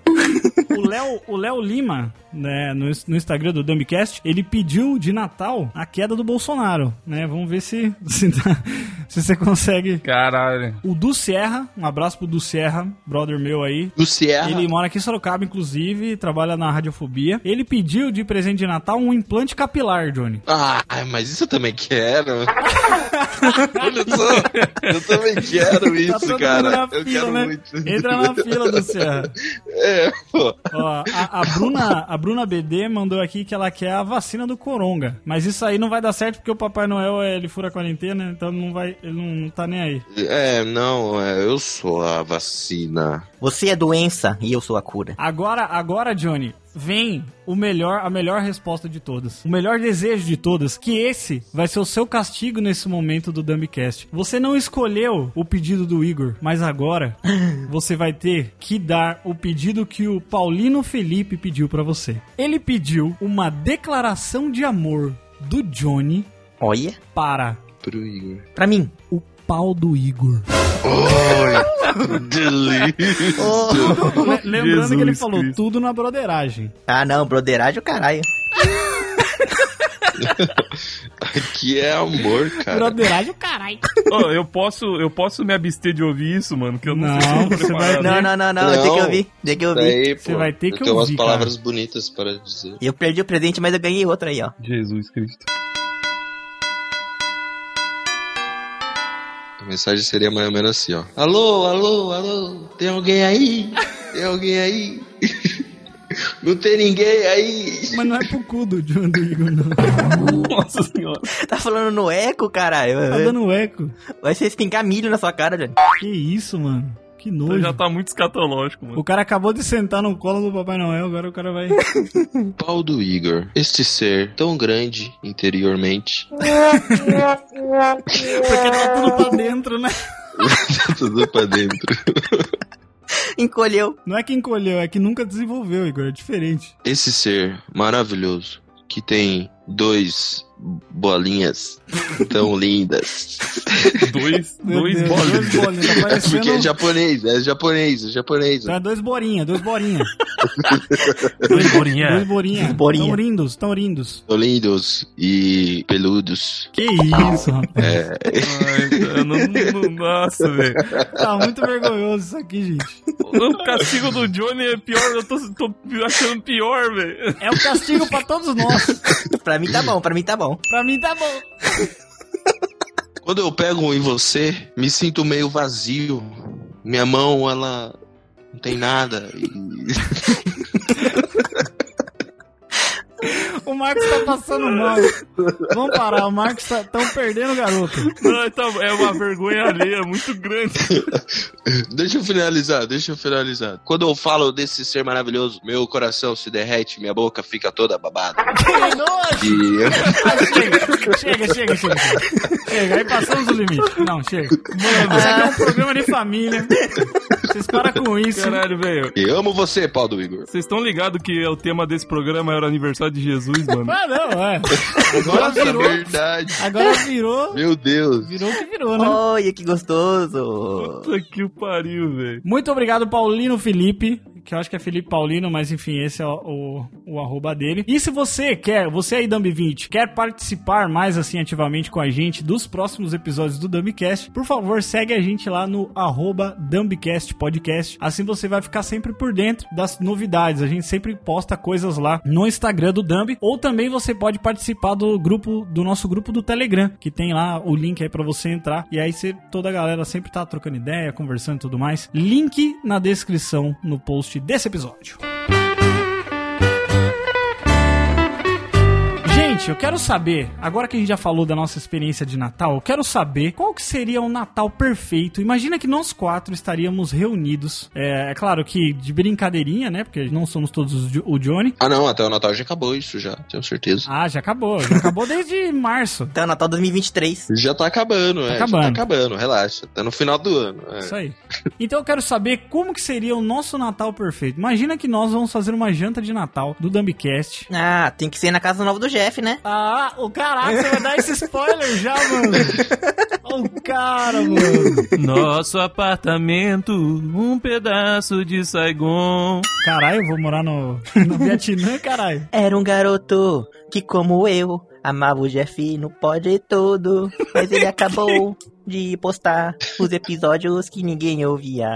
[SPEAKER 3] O Léo, o Léo Lima, né, no, ins- no Instagram do Dumbcast, ele pediu de Natal a queda do Bolsonaro, né? Vamos ver se se, dá- se você consegue.
[SPEAKER 5] Caralho.
[SPEAKER 3] O Du Serra, um abraço pro Du Serra, brother meu aí,
[SPEAKER 4] O Sierra.
[SPEAKER 3] Ele mora aqui em Sorocaba, inclusive, trabalha na radiofobia. Ele pediu de presente de Natal um implante capilar, Johnny.
[SPEAKER 4] Ah, mas isso eu também quero. Olha só, eu também quero
[SPEAKER 3] Tá todo
[SPEAKER 4] isso,
[SPEAKER 3] mundo
[SPEAKER 4] cara.
[SPEAKER 3] na
[SPEAKER 4] Eu
[SPEAKER 3] fila,
[SPEAKER 4] quero
[SPEAKER 3] né?
[SPEAKER 4] muito.
[SPEAKER 3] Entra na fila do Serra.
[SPEAKER 4] É, pô.
[SPEAKER 3] Ó, a, a Bruna, a Bruna BD mandou aqui que ela quer a vacina do Coronga. Mas isso aí não vai dar certo porque o Papai Noel é, ele fura a quarentena, então não vai, ele não, não tá nem aí.
[SPEAKER 4] É, não, é, eu sou a vacina.
[SPEAKER 2] Você é doença e eu sou a cura.
[SPEAKER 3] Agora, agora, Johnny, vem o melhor, a melhor resposta de todas. O melhor desejo de todas, que esse vai ser o seu castigo nesse momento do Dumbcast. Você não escolheu o pedido do Igor, mas agora você vai ter que dar o pedido que o Paulino Felipe pediu pra você. Ele pediu uma declaração de amor do Johnny
[SPEAKER 2] Olha,
[SPEAKER 3] para
[SPEAKER 4] Pro Igor.
[SPEAKER 2] pra mim.
[SPEAKER 3] o pau do Igor.
[SPEAKER 4] Oi, delícia.
[SPEAKER 3] Le- Lembrando que ele
[SPEAKER 5] Jesus
[SPEAKER 3] falou
[SPEAKER 5] Cristo.
[SPEAKER 3] tudo na broderagem.
[SPEAKER 2] Ah, não, broderagem o caralho.
[SPEAKER 4] Aqui é amor, cara.
[SPEAKER 3] Broderagem, caralho.
[SPEAKER 5] Ô, eu, posso, eu posso me abster de ouvir isso, mano? Que eu não,
[SPEAKER 3] Não,
[SPEAKER 5] sei se eu tô
[SPEAKER 3] você vai-
[SPEAKER 5] preparado.
[SPEAKER 2] Não, não, não, não, tem
[SPEAKER 4] Não.
[SPEAKER 2] que ouvir, tem que ouvir.
[SPEAKER 4] Daí, pô,
[SPEAKER 3] Você vai ter
[SPEAKER 4] eu
[SPEAKER 3] que
[SPEAKER 4] tenho
[SPEAKER 3] ouvir,
[SPEAKER 4] umas palavras bonitas para dizer.
[SPEAKER 2] Eu perdi o presente, mas eu ganhei outro aí, ó.
[SPEAKER 5] Jesus Cristo.
[SPEAKER 4] A mensagem seria mais ou menos assim, ó. Alô, alô, alô, tem alguém aí? Tem alguém aí? Não tem ninguém aí.
[SPEAKER 3] Mas não é pro cu do John do Igor, não.
[SPEAKER 5] Nossa senhora.
[SPEAKER 2] Tá falando no eco, caralho.
[SPEAKER 3] Tá dando eco.
[SPEAKER 2] Vai ser espingar milho na sua cara, Johnny.
[SPEAKER 3] Que isso, mano. Que
[SPEAKER 5] Você
[SPEAKER 3] nojo.
[SPEAKER 5] já tá muito escatológico, mano.
[SPEAKER 3] O cara acabou de sentar no colo do Papai Noel, agora o cara vai.
[SPEAKER 4] Pau do Igor. Este ser tão grande interiormente.
[SPEAKER 3] Porque tá tudo pra dentro, né?
[SPEAKER 4] Tá Tudo pra dentro.
[SPEAKER 2] Encolheu.
[SPEAKER 3] Não é que encolheu, é que nunca desenvolveu, Igor. É diferente.
[SPEAKER 4] Esse ser maravilhoso que tem dois bolinhas tão lindas.
[SPEAKER 5] Dois,
[SPEAKER 3] Meu
[SPEAKER 5] dois
[SPEAKER 3] Deus,
[SPEAKER 5] bolas.
[SPEAKER 3] Dois bolinhos. Tá
[SPEAKER 4] É porque é
[SPEAKER 3] parecendo.
[SPEAKER 4] japonês, é japonês, é japonês.
[SPEAKER 3] Tá dois borinha, dois borinha.
[SPEAKER 5] Dois
[SPEAKER 3] Dois
[SPEAKER 5] bolinha.
[SPEAKER 3] borinha.
[SPEAKER 2] Dois bolinha.
[SPEAKER 3] Tão lindos, tão lindos. Tá
[SPEAKER 4] Tão lindos e peludos.
[SPEAKER 3] Que isso, rapaz.
[SPEAKER 5] Ai, cara, não- não- nossa, velho.
[SPEAKER 3] Tá muito vergonhoso isso aqui, gente.
[SPEAKER 5] O castigo do Johnny é pior, eu tô, tô achando pior, velho.
[SPEAKER 3] É um castigo pra todos nós.
[SPEAKER 2] Pra mim tá bom, pra mim tá bom.
[SPEAKER 3] Pra mim tá bom.
[SPEAKER 4] Quando eu pego em você, me sinto meio vazio. Minha mão, ela não tem nada. E...
[SPEAKER 3] O Marcos tá passando mal. Vamos parar, o Marcos tá tão perdendo o garoto.
[SPEAKER 5] Não, tá- é uma vergonha alheia muito grande.
[SPEAKER 4] Deixa eu finalizar, deixa eu finalizar. Quando eu falo desse ser maravilhoso, meu coração se derrete, minha boca fica toda babada.
[SPEAKER 3] Que nojo!
[SPEAKER 4] E...
[SPEAKER 3] Ah, chega, chega, chega, chega. Chega, aí passamos o limite. Não, chega. Mano, isso aqui é um programa de família. Vocês param com isso.
[SPEAKER 5] Caralho, velho.
[SPEAKER 4] e amo você, pau do Igor.
[SPEAKER 5] Vocês estão ligados que o tema desse programa era o aniversário de Jesus, mano?
[SPEAKER 3] Ah, não, é. Agora
[SPEAKER 4] Nossa,
[SPEAKER 3] virou.
[SPEAKER 4] verdade.
[SPEAKER 3] Agora virou.
[SPEAKER 4] Meu Deus.
[SPEAKER 3] Virou o que virou, né?
[SPEAKER 2] Olha que gostoso.
[SPEAKER 5] Puta que o pariu, velho.
[SPEAKER 3] Muito obrigado, Paulino Felipe, que eu acho que é Felipe Paulino, mas enfim, esse é o, o, o arroba dele. E se você quer, você aí, Dumb20, quer participar mais assim ativamente com a gente dos próximos episódios do Dumbcast, por favor, segue a gente lá no arroba Dumbcast Podcast. Assim você vai ficar sempre por dentro das novidades. A gente sempre posta coisas lá no Instagram do Dumb, ou também você pode participar do grupo, do nosso grupo do Telegram, que tem lá o link aí pra você entrar. E aí você, toda a galera sempre tá trocando ideia, conversando e tudo mais. Link na descrição, no post desse episódio. Gente, eu quero saber, agora que a gente já falou da nossa experiência de Natal, eu quero saber qual que seria um Natal perfeito. Imagina que nós quatro estaríamos reunidos. É, é claro que de brincadeirinha, né? Porque não somos todos os Jo- o Johnny.
[SPEAKER 4] Ah não, até o Natal já acabou isso já, tenho certeza.
[SPEAKER 3] Ah, já acabou. Já acabou desde março.
[SPEAKER 2] Então, Natal 2023.
[SPEAKER 4] Já tá acabando, é. Já
[SPEAKER 3] acabando.
[SPEAKER 4] tá acabando, relaxa. Tá no final do ano. é.
[SPEAKER 3] Isso aí. Então eu quero saber como que seria o nosso Natal perfeito. Imagina que nós vamos fazer uma janta de Natal do Dumbcast.
[SPEAKER 2] Ah, tem que ser na casa nova do Jeff, né?
[SPEAKER 3] Ah, o caraca, você vai dar esse spoiler já, mano. O cara, mano.
[SPEAKER 5] Nosso apartamento, um pedaço de Saigon.
[SPEAKER 3] Caralho, eu vou morar no, no Vietnã, caralho.
[SPEAKER 2] Era um garoto que, como eu, amava o Jeff no pode todo. Mas ele acabou de postar os episódios que ninguém ouvia.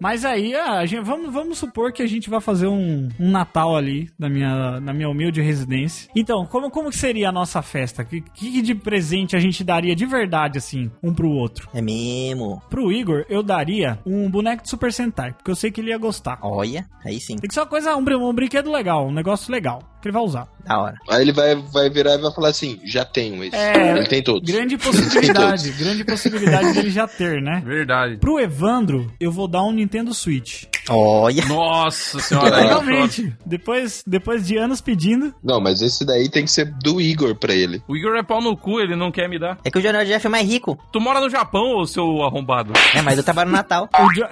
[SPEAKER 3] Mas aí, ah, a gente, vamos, vamos supor que a gente vai fazer um, um Natal ali, na minha, na minha humilde residência. Então, como, como que seria a nossa festa? O que, que de presente a gente daria de verdade, assim, um pro outro?
[SPEAKER 2] É mesmo.
[SPEAKER 3] Pro Igor, eu daria um boneco de Super Sentai, porque eu sei que ele ia gostar.
[SPEAKER 2] Olha, aí sim,
[SPEAKER 3] Tem que ser uma coisa, um, brin- um brinquedo legal, um negócio legal, que ele vai usar.
[SPEAKER 2] da hora.
[SPEAKER 4] Aí ele vai, vai virar e vai falar assim: já tenho esse.
[SPEAKER 3] É.
[SPEAKER 4] ele tem todos.
[SPEAKER 3] Grande possibilidade, grande possibilidade dele já ter, né?
[SPEAKER 5] Verdade.
[SPEAKER 3] Pro Evandro, eu vou dar um Nintendo Switch.
[SPEAKER 2] Olha.
[SPEAKER 5] Nossa senhora.
[SPEAKER 4] Caralho.
[SPEAKER 3] Realmente, depois, depois de anos pedindo,
[SPEAKER 4] Não, mas esse daí tem que ser do Igor pra ele.
[SPEAKER 5] O Igor é pau no cu, ele não quer me dar.
[SPEAKER 2] É que o Jornal Jeff é mais rico.
[SPEAKER 5] Tu mora no Japão, ô seu arrombado?
[SPEAKER 2] É, mas eu trabalho no Natal.
[SPEAKER 3] o Jo-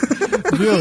[SPEAKER 3] Viu?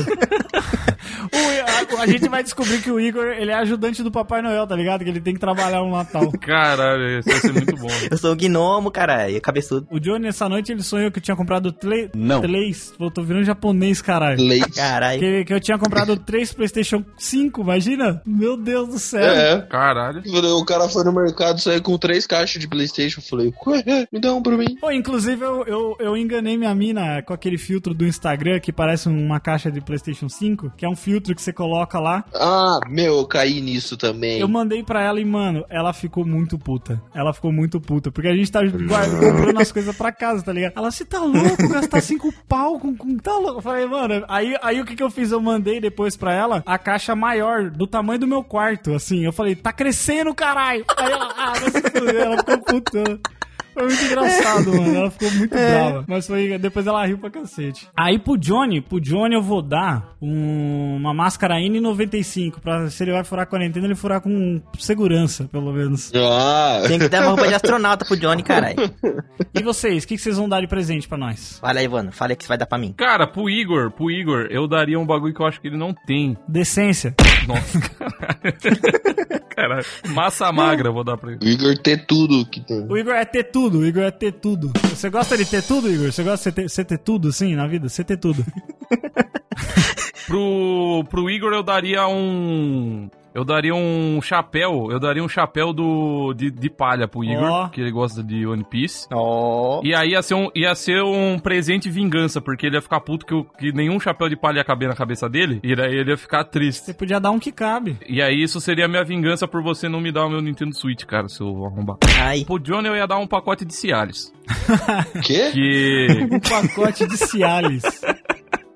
[SPEAKER 3] O- a, a gente vai descobrir que o Igor, ele é ajudante do Papai Noel, tá ligado? Que ele tem que trabalhar no Natal.
[SPEAKER 5] Caralho, isso vai ser muito bom. velho.
[SPEAKER 2] Eu sou o gnomo, cara, e cabeçudo.
[SPEAKER 3] O Johnny, essa noite, ele sonhou que eu tinha comprado três... Não. Três... Pô, tô virando japonês, caralho.
[SPEAKER 4] Leite.
[SPEAKER 2] Caralho.
[SPEAKER 3] Que, que eu tinha comprado três PlayStation 5, imagina? Meu Deus do céu.
[SPEAKER 4] É.
[SPEAKER 5] Caralho.
[SPEAKER 4] O cara foi no mercado, saiu com três caixas de Playstation. Eu falei, ué, me dá um pra mim.
[SPEAKER 3] Pô, inclusive eu, eu, eu enganei minha mina com aquele filtro do Instagram que parece uma caixa de PlayStation 5, que é um filtro que você coloca lá.
[SPEAKER 4] Ah, meu, eu caí nisso também.
[SPEAKER 3] Eu mandei pra ela e, mano, ela ficou muito puta. Ela ficou muito puta. Porque a gente tá guarda- comprando as coisas pra casa, tá ligado? Ela, você tá louco gastar cinco pau com, com. Tá louco? Eu falei, mano, aí, aí o que que eu fiz? Eu mandei depois pra ela a caixa maior, do tamanho do meu quarto, assim. Eu falei, tá crescendo, caralho. Aí ela, ah, vai se fuder. ela ficou puta. Foi muito engraçado, mano. Ela ficou muito brava. Mas foi, depois ela riu pra cacete. Aí pro Johnny, pro Johnny eu vou dar um- uma máscara N95. Pra, se ele vai furar a quarentena, ele furar com segurança, pelo menos.
[SPEAKER 4] Ah,
[SPEAKER 2] Tem que dar uma roupa de astronauta pro Johnny, caralho.
[SPEAKER 3] E vocês, o que, que vocês vão dar de presente pra nós?
[SPEAKER 2] Fala aí, Ivano. Fala aí o que você vai dar pra mim.
[SPEAKER 5] Cara, pro Igor, pro Igor, eu daria um bagulho que eu acho que ele não tem.
[SPEAKER 3] Decência.
[SPEAKER 5] Nossa, caralho. Cara, massa magra eu vou dar pra ele.
[SPEAKER 4] o Igor ter tudo que tem.
[SPEAKER 3] O Igor é ter tudo, o Igor é ter tudo. Você gosta de ter tudo, Igor? Você gosta de ter, você ter tudo, sim, na vida? Você ter tudo.
[SPEAKER 5] Pro, pro Igor eu daria um... Eu daria um chapéu, eu daria um chapéu do, de, de palha pro Igor,
[SPEAKER 3] Ó.
[SPEAKER 5] que ele gosta de One Piece.
[SPEAKER 2] Ó.
[SPEAKER 5] E aí ia ser, um, ia ser um presente vingança, porque ele ia ficar puto que, o- que nenhum chapéu de palha ia caber na cabeça dele, e daí ele ia ficar
[SPEAKER 3] Você
[SPEAKER 5] triste.
[SPEAKER 3] podia dar um que cabe.
[SPEAKER 5] E aí isso seria a minha vingança por você não me dar o meu Nintendo Switch, cara, seu arrombar.
[SPEAKER 2] Ai.
[SPEAKER 5] Pro Johnny eu ia dar um pacote de Cialis,
[SPEAKER 4] Quê?
[SPEAKER 5] que...
[SPEAKER 3] Um pacote de Cialis.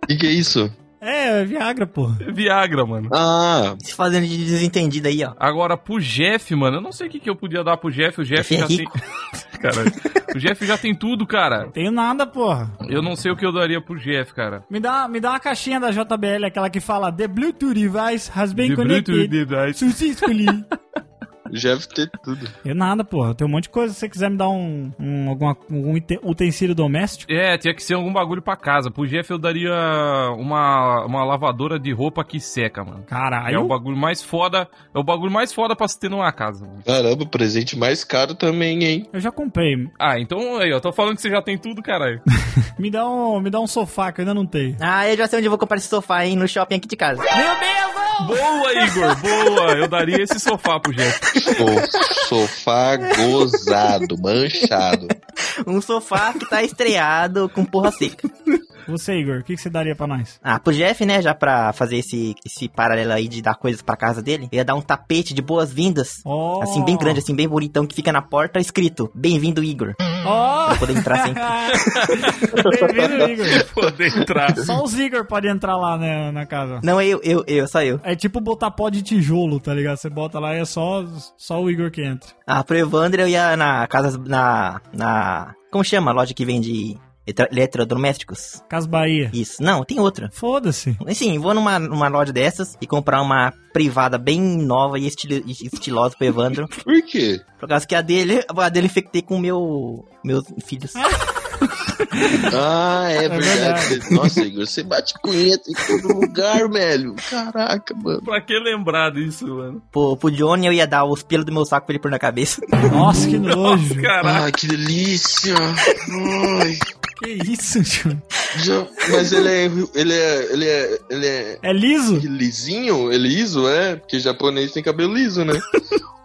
[SPEAKER 4] E que é isso?
[SPEAKER 3] É, é Viagra, porra.
[SPEAKER 5] Viagra, mano.
[SPEAKER 4] Ah,
[SPEAKER 2] Se fazendo de desentendido aí, ó.
[SPEAKER 5] Agora, pro Jeff, mano, eu não sei o que, que eu podia dar pro Jeff, o
[SPEAKER 2] Jeff
[SPEAKER 5] Jeff
[SPEAKER 2] é
[SPEAKER 5] já tem... Caralho. o Jeff já tem tudo, cara.
[SPEAKER 3] Tenho nada, porra.
[SPEAKER 5] Eu não sei o que eu daria pro Jeff, cara.
[SPEAKER 3] Me dá, me dá uma caixinha da JBL, aquela que fala The Bluetooth device has been
[SPEAKER 5] De Bluetooth,
[SPEAKER 3] connected
[SPEAKER 5] de- de-
[SPEAKER 3] successfully.
[SPEAKER 4] o Jeff ter tudo.
[SPEAKER 3] Eu nada, porra. Tem um monte de coisa. Se você quiser me dar um, um, alguma, um ite- utensílio doméstico,
[SPEAKER 5] É, tinha que ser algum bagulho pra casa. Pro Jeff eu daria uma, uma lavadora de roupa que seca, mano.
[SPEAKER 3] caralho.
[SPEAKER 5] é o bagulho mais foda. É o bagulho mais foda pra se ter numa casa. mano.
[SPEAKER 4] Caramba, presente mais caro também, hein?
[SPEAKER 3] Eu já comprei.
[SPEAKER 5] Ah, então aí, ó. Tô falando que você já tem tudo, caralho.
[SPEAKER 3] Me dá um, me dá um sofá que eu ainda não tenho.
[SPEAKER 2] Ah, eu já sei onde eu vou comprar esse sofá, hein? No shopping aqui de casa.
[SPEAKER 3] Meu Deus!
[SPEAKER 5] boa, Igor. Boa. Eu daria esse sofá pro Jeff.
[SPEAKER 4] So- sofá gozado, manchado.
[SPEAKER 2] Um sofá que tá estreado com porra seca.
[SPEAKER 3] Você, Igor, o que, que você daria pra nós?
[SPEAKER 2] Ah, pro Jeff, né? Já pra fazer esse, esse paralelo aí de dar coisas pra casa dele, eu ia dar um tapete de boas-vindas.
[SPEAKER 3] Ó.
[SPEAKER 2] Assim, bem grande, assim, bem bonitão, que fica na porta escrito: Bem-vindo, Igor.
[SPEAKER 3] Ó!
[SPEAKER 2] Pra poder entrar sempre.
[SPEAKER 3] Bem-vindo, Igor.
[SPEAKER 5] Poder entrar.
[SPEAKER 3] Só os Igor podem entrar lá né, na casa.
[SPEAKER 2] Não, eu, eu, eu, só eu.
[SPEAKER 3] É tipo botar pó de tijolo, tá ligado? Você bota lá e é só, só o Igor que entra.
[SPEAKER 2] Ah, pro Evandro eu ia na casa. Na. na como chama a loja que vende eletra- eletrodomésticos?
[SPEAKER 3] Casa Bahia.
[SPEAKER 2] Isso. Não, tem outra.
[SPEAKER 3] Foda-se.
[SPEAKER 2] Assim, vou numa, numa loja dessas e comprar uma privada bem nova e estilo- e estilosa pro Evandro.
[SPEAKER 4] Por quê?
[SPEAKER 2] Por causa que a dele, a dele eu infectei com meu, meus filhos.
[SPEAKER 4] Ah, é,
[SPEAKER 3] É
[SPEAKER 4] verdade.
[SPEAKER 3] verdade.
[SPEAKER 4] Nossa, Igor, você bate punheta em todo lugar, velho. Caraca, mano.
[SPEAKER 5] Pra que lembrar disso, mano?
[SPEAKER 2] Pro, pro Johnny eu ia dar os pelos do meu saco pra ele pôr na cabeça.
[SPEAKER 3] Nossa, que nojo.
[SPEAKER 5] Caraca.
[SPEAKER 4] Ah, que delícia. Ai,
[SPEAKER 3] que isso, tio?
[SPEAKER 4] já- Mas ele é, ele é, ele é, ele é
[SPEAKER 3] É liso?
[SPEAKER 4] lisinho? É liso, é? Porque japonês tem cabelo liso, né?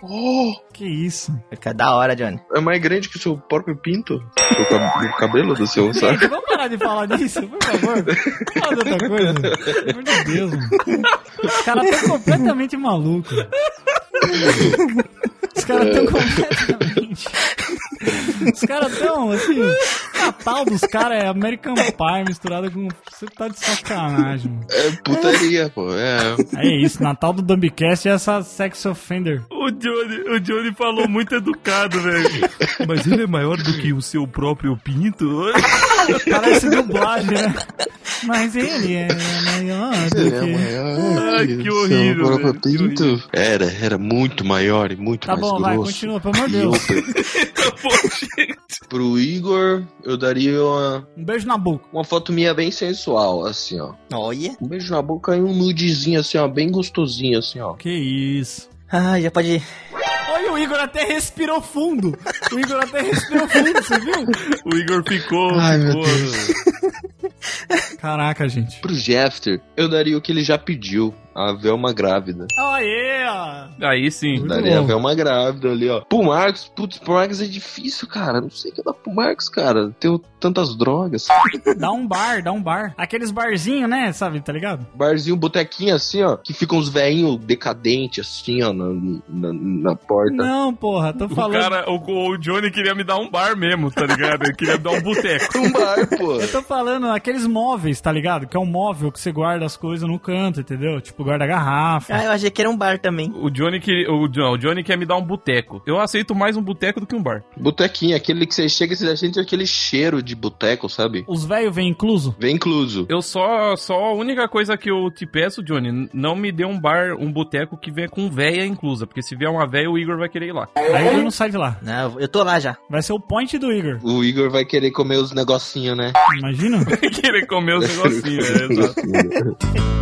[SPEAKER 4] Oh,
[SPEAKER 3] Que isso?
[SPEAKER 2] Vai ficar da hora, Johnny.
[SPEAKER 4] é mais grande que o seu próprio pinto? O, cab- o cabelo do seu saco?
[SPEAKER 3] Gente, vamos parar de falar disso, por favor. Vamos falar de outra coisa. Pelo amor de Deus, mano. Os caras estão completamente malucos. Os caras estão completamente. Os caras estão, assim. O Natal dos caras é American Pie misturado com. Você tá de sacanagem, mano.
[SPEAKER 4] É putaria, pô. É.
[SPEAKER 3] É isso, Natal do Dumbcast é essa sex offender.
[SPEAKER 5] O Johnny, o Johnny falou muito educado, velho. Mas ele é maior do que o seu próprio pinto?
[SPEAKER 3] Parece dublagem, né? Mas ele é um maior do
[SPEAKER 4] Era
[SPEAKER 3] que.
[SPEAKER 4] maior
[SPEAKER 5] Ai,
[SPEAKER 4] o
[SPEAKER 5] que
[SPEAKER 4] seu
[SPEAKER 5] horrível,
[SPEAKER 4] próprio
[SPEAKER 5] velho, que
[SPEAKER 4] pinto. Era, era muito maior e muito
[SPEAKER 3] Tá
[SPEAKER 4] mais
[SPEAKER 3] bom,
[SPEAKER 4] grosso.
[SPEAKER 3] vai, continua, pelo amor de Deus.
[SPEAKER 4] E eu,
[SPEAKER 5] Tá
[SPEAKER 4] pro Igor, eu daria uma,
[SPEAKER 3] Um beijo na boca.
[SPEAKER 4] uma foto minha bem sensual, assim, ó.
[SPEAKER 2] Olha.
[SPEAKER 4] Um beijo na boca e um nudezinho, assim, ó, bem gostosinho, assim, ó.
[SPEAKER 3] Que isso.
[SPEAKER 2] Ah, já pode.
[SPEAKER 3] Olha, o Igor até respirou fundo. O Igor até respirou fundo, você viu?
[SPEAKER 5] O Igor ficou.
[SPEAKER 4] Ai, meu
[SPEAKER 5] ficou.
[SPEAKER 4] Deus.
[SPEAKER 3] Caraca, gente.
[SPEAKER 4] Pro Jeffter, eu daria o que ele já pediu. A Velma grávida.
[SPEAKER 3] Aê! ó.
[SPEAKER 5] Aí sim.
[SPEAKER 3] Muito
[SPEAKER 4] Daria
[SPEAKER 3] bom.
[SPEAKER 4] a Velma grávida ali, ó. Pro Marcos, putz, pro Marcos é difícil, cara. Não sei o que dá pro Marcos, cara. Tenho tantas drogas.
[SPEAKER 3] Dá um bar, dá um bar. Aqueles barzinhos, né? Sabe, tá ligado?
[SPEAKER 4] barzinho, botequinho assim, ó, que ficam uns velhinhos decadentes, assim, ó, na, na, na porta.
[SPEAKER 3] Não, porra, tô
[SPEAKER 5] O
[SPEAKER 3] falando.
[SPEAKER 5] cara, o, o Johnny queria me dar um bar mesmo, tá ligado? Ele queria me dar um boteco.
[SPEAKER 4] Um bar, pô.
[SPEAKER 3] Eu tô falando aqueles móveis, tá ligado? Que é um móvel que você guarda as coisas no canto, entendeu? Tipo lugar da garrafa.
[SPEAKER 2] Ah, eu achei que era um bar também.
[SPEAKER 5] O Johnny, queria, o, John- o Johnny quer me dar um boteco. Eu aceito mais um boteco do que um bar.
[SPEAKER 4] Botequinho, aquele que você chega e você sente aquele cheiro de boteco, sabe?
[SPEAKER 3] Os velhos vêm incluso?
[SPEAKER 4] Vem incluso.
[SPEAKER 5] Eu só, só a única coisa que eu te peço, Johnny, n- não me dê um bar, um boteco que venha com véia inclusa, porque se vier uma véia, o Igor vai querer ir lá.
[SPEAKER 3] Aí o Igor não sai de lá.
[SPEAKER 2] Não, eu tô lá já.
[SPEAKER 3] Vai ser o point do Igor.
[SPEAKER 4] O Igor vai querer comer os negocinhos, né?
[SPEAKER 3] Imagina.
[SPEAKER 5] querer comer os negocinhos, é, exato.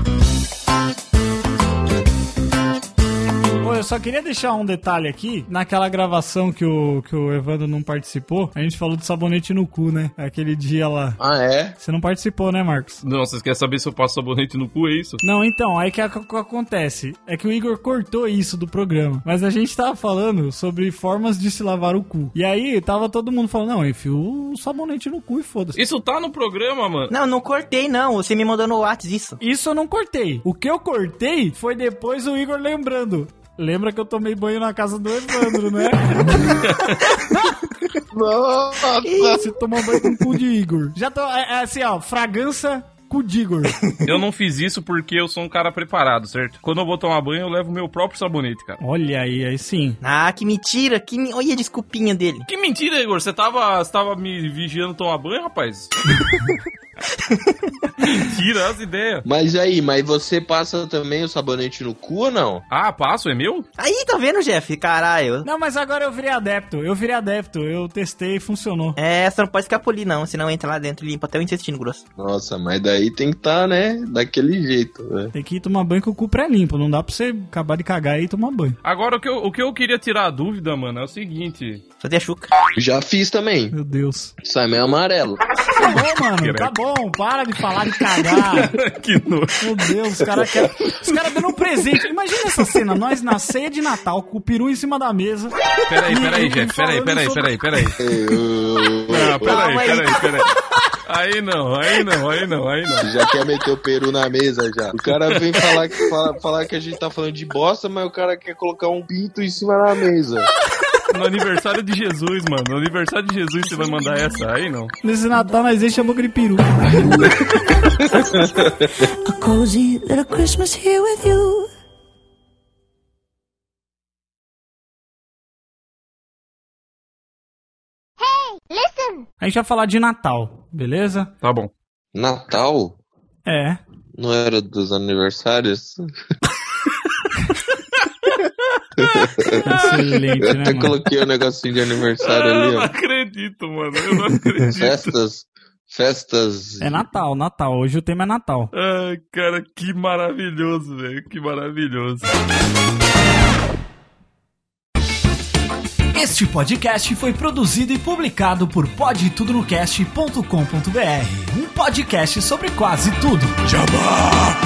[SPEAKER 3] Pô, eu só queria deixar um detalhe aqui. Naquela gravação que o, que o Evandro não participou, a gente falou de sabonete no cu, né? Aquele dia lá.
[SPEAKER 4] ah, é?
[SPEAKER 3] Você não participou, né, Marcos?
[SPEAKER 5] Não, vocês querem saber se eu passo sabonete no cu, é isso?
[SPEAKER 3] Não, então, aí que a- que acontece? É que o Igor cortou isso do programa. Mas a gente tava falando sobre formas de se lavar o cu. E aí tava todo mundo falando, não, enfia o sabonete no cu e foda-se.
[SPEAKER 5] Isso tá no programa, mano.
[SPEAKER 2] Não, não cortei, não. Você me mandou no Whats isso.
[SPEAKER 3] Isso eu não cortei. O que eu cortei foi depois o Igor lembrando. Lembra que eu tomei banho na casa do Evandro, né?
[SPEAKER 4] Nossa!
[SPEAKER 3] Você tomou banho com o cu de Igor. Já tô. É, é assim, ó, fragança cu de Igor.
[SPEAKER 5] Eu não fiz isso porque eu sou um cara preparado, certo? Quando eu vou tomar banho, eu levo meu próprio sabonete, cara.
[SPEAKER 3] Olha aí, aí sim.
[SPEAKER 2] Ah, que mentira. Que me... Olha a desculpinha dele.
[SPEAKER 5] Que mentira, Igor. Você tava, você tava me vigiando tomar banho, rapaz? mentira, as ideias.
[SPEAKER 4] Mas aí, mas você passa também o sabonete no cu ou não?
[SPEAKER 5] Ah, passo, é meu?
[SPEAKER 2] Aí, tá vendo, Jeff? Caralho.
[SPEAKER 3] Não, mas agora eu virei adepto. Eu virei adepto. Eu testei e funcionou.
[SPEAKER 2] É, você não pode escapulir, não. Senão entra lá dentro e limpa até o intestino grosso.
[SPEAKER 4] Nossa, mas daí tem que estar, tá, né? Daquele jeito, né?
[SPEAKER 3] Tem que ir tomar banho com o cu pré-limpo. Não dá pra você acabar de cagar e tomar banho.
[SPEAKER 5] Agora, o que, eu, o que eu queria tirar a dúvida, mano, é o seguinte.
[SPEAKER 2] Fazer a chuca.
[SPEAKER 4] Já fiz também.
[SPEAKER 3] Meu Deus.
[SPEAKER 4] Sai meio amarelo.
[SPEAKER 3] Tá bom, mano. Tá bom. Para de falar de cagar.
[SPEAKER 5] que nojo.
[SPEAKER 3] Meu Deus, os caras quer... os cara dando um presente. Imagina essa cena. Nós na ceia de Natal, com o peru em cima da mesa.
[SPEAKER 5] Peraí, peraí, Jeff. Peraí, peraí, peraí, peraí. Não, peraí,
[SPEAKER 2] Calma aí.
[SPEAKER 5] peraí, peraí. Aí não, aí não, aí não, aí não.
[SPEAKER 4] Já quer meter o peru na mesa já. O cara vem falar que, fala- falar que a gente tá falando de bosta, mas o cara quer colocar um pinto em cima da mesa.
[SPEAKER 5] No aniversário de Jesus, mano. No aniversário de Jesus você vai mandar essa. Aí não.
[SPEAKER 3] Nesse Natal, nós deixa chamou de peru.
[SPEAKER 6] A cozy little Christmas here with you.
[SPEAKER 3] A gente vai falar de Natal, beleza?
[SPEAKER 5] Tá bom.
[SPEAKER 4] Natal?
[SPEAKER 3] É.
[SPEAKER 4] Não era dos aniversários?
[SPEAKER 3] Excelente,
[SPEAKER 4] Eu
[SPEAKER 3] né,
[SPEAKER 4] até
[SPEAKER 3] mano?
[SPEAKER 4] coloquei o negocinho de aniversário
[SPEAKER 5] Eu
[SPEAKER 4] ali,
[SPEAKER 5] não
[SPEAKER 4] ó.
[SPEAKER 5] acredito, mano. Eu não acredito.
[SPEAKER 4] Festas. Festas.
[SPEAKER 3] É Natal, Natal. Hoje o tema é Natal.
[SPEAKER 5] Ai, cara, que maravilhoso, velho. Que maravilhoso.
[SPEAKER 3] Este podcast foi produzido e publicado por podtudonocast.com.br, um podcast sobre quase tudo. Jabá!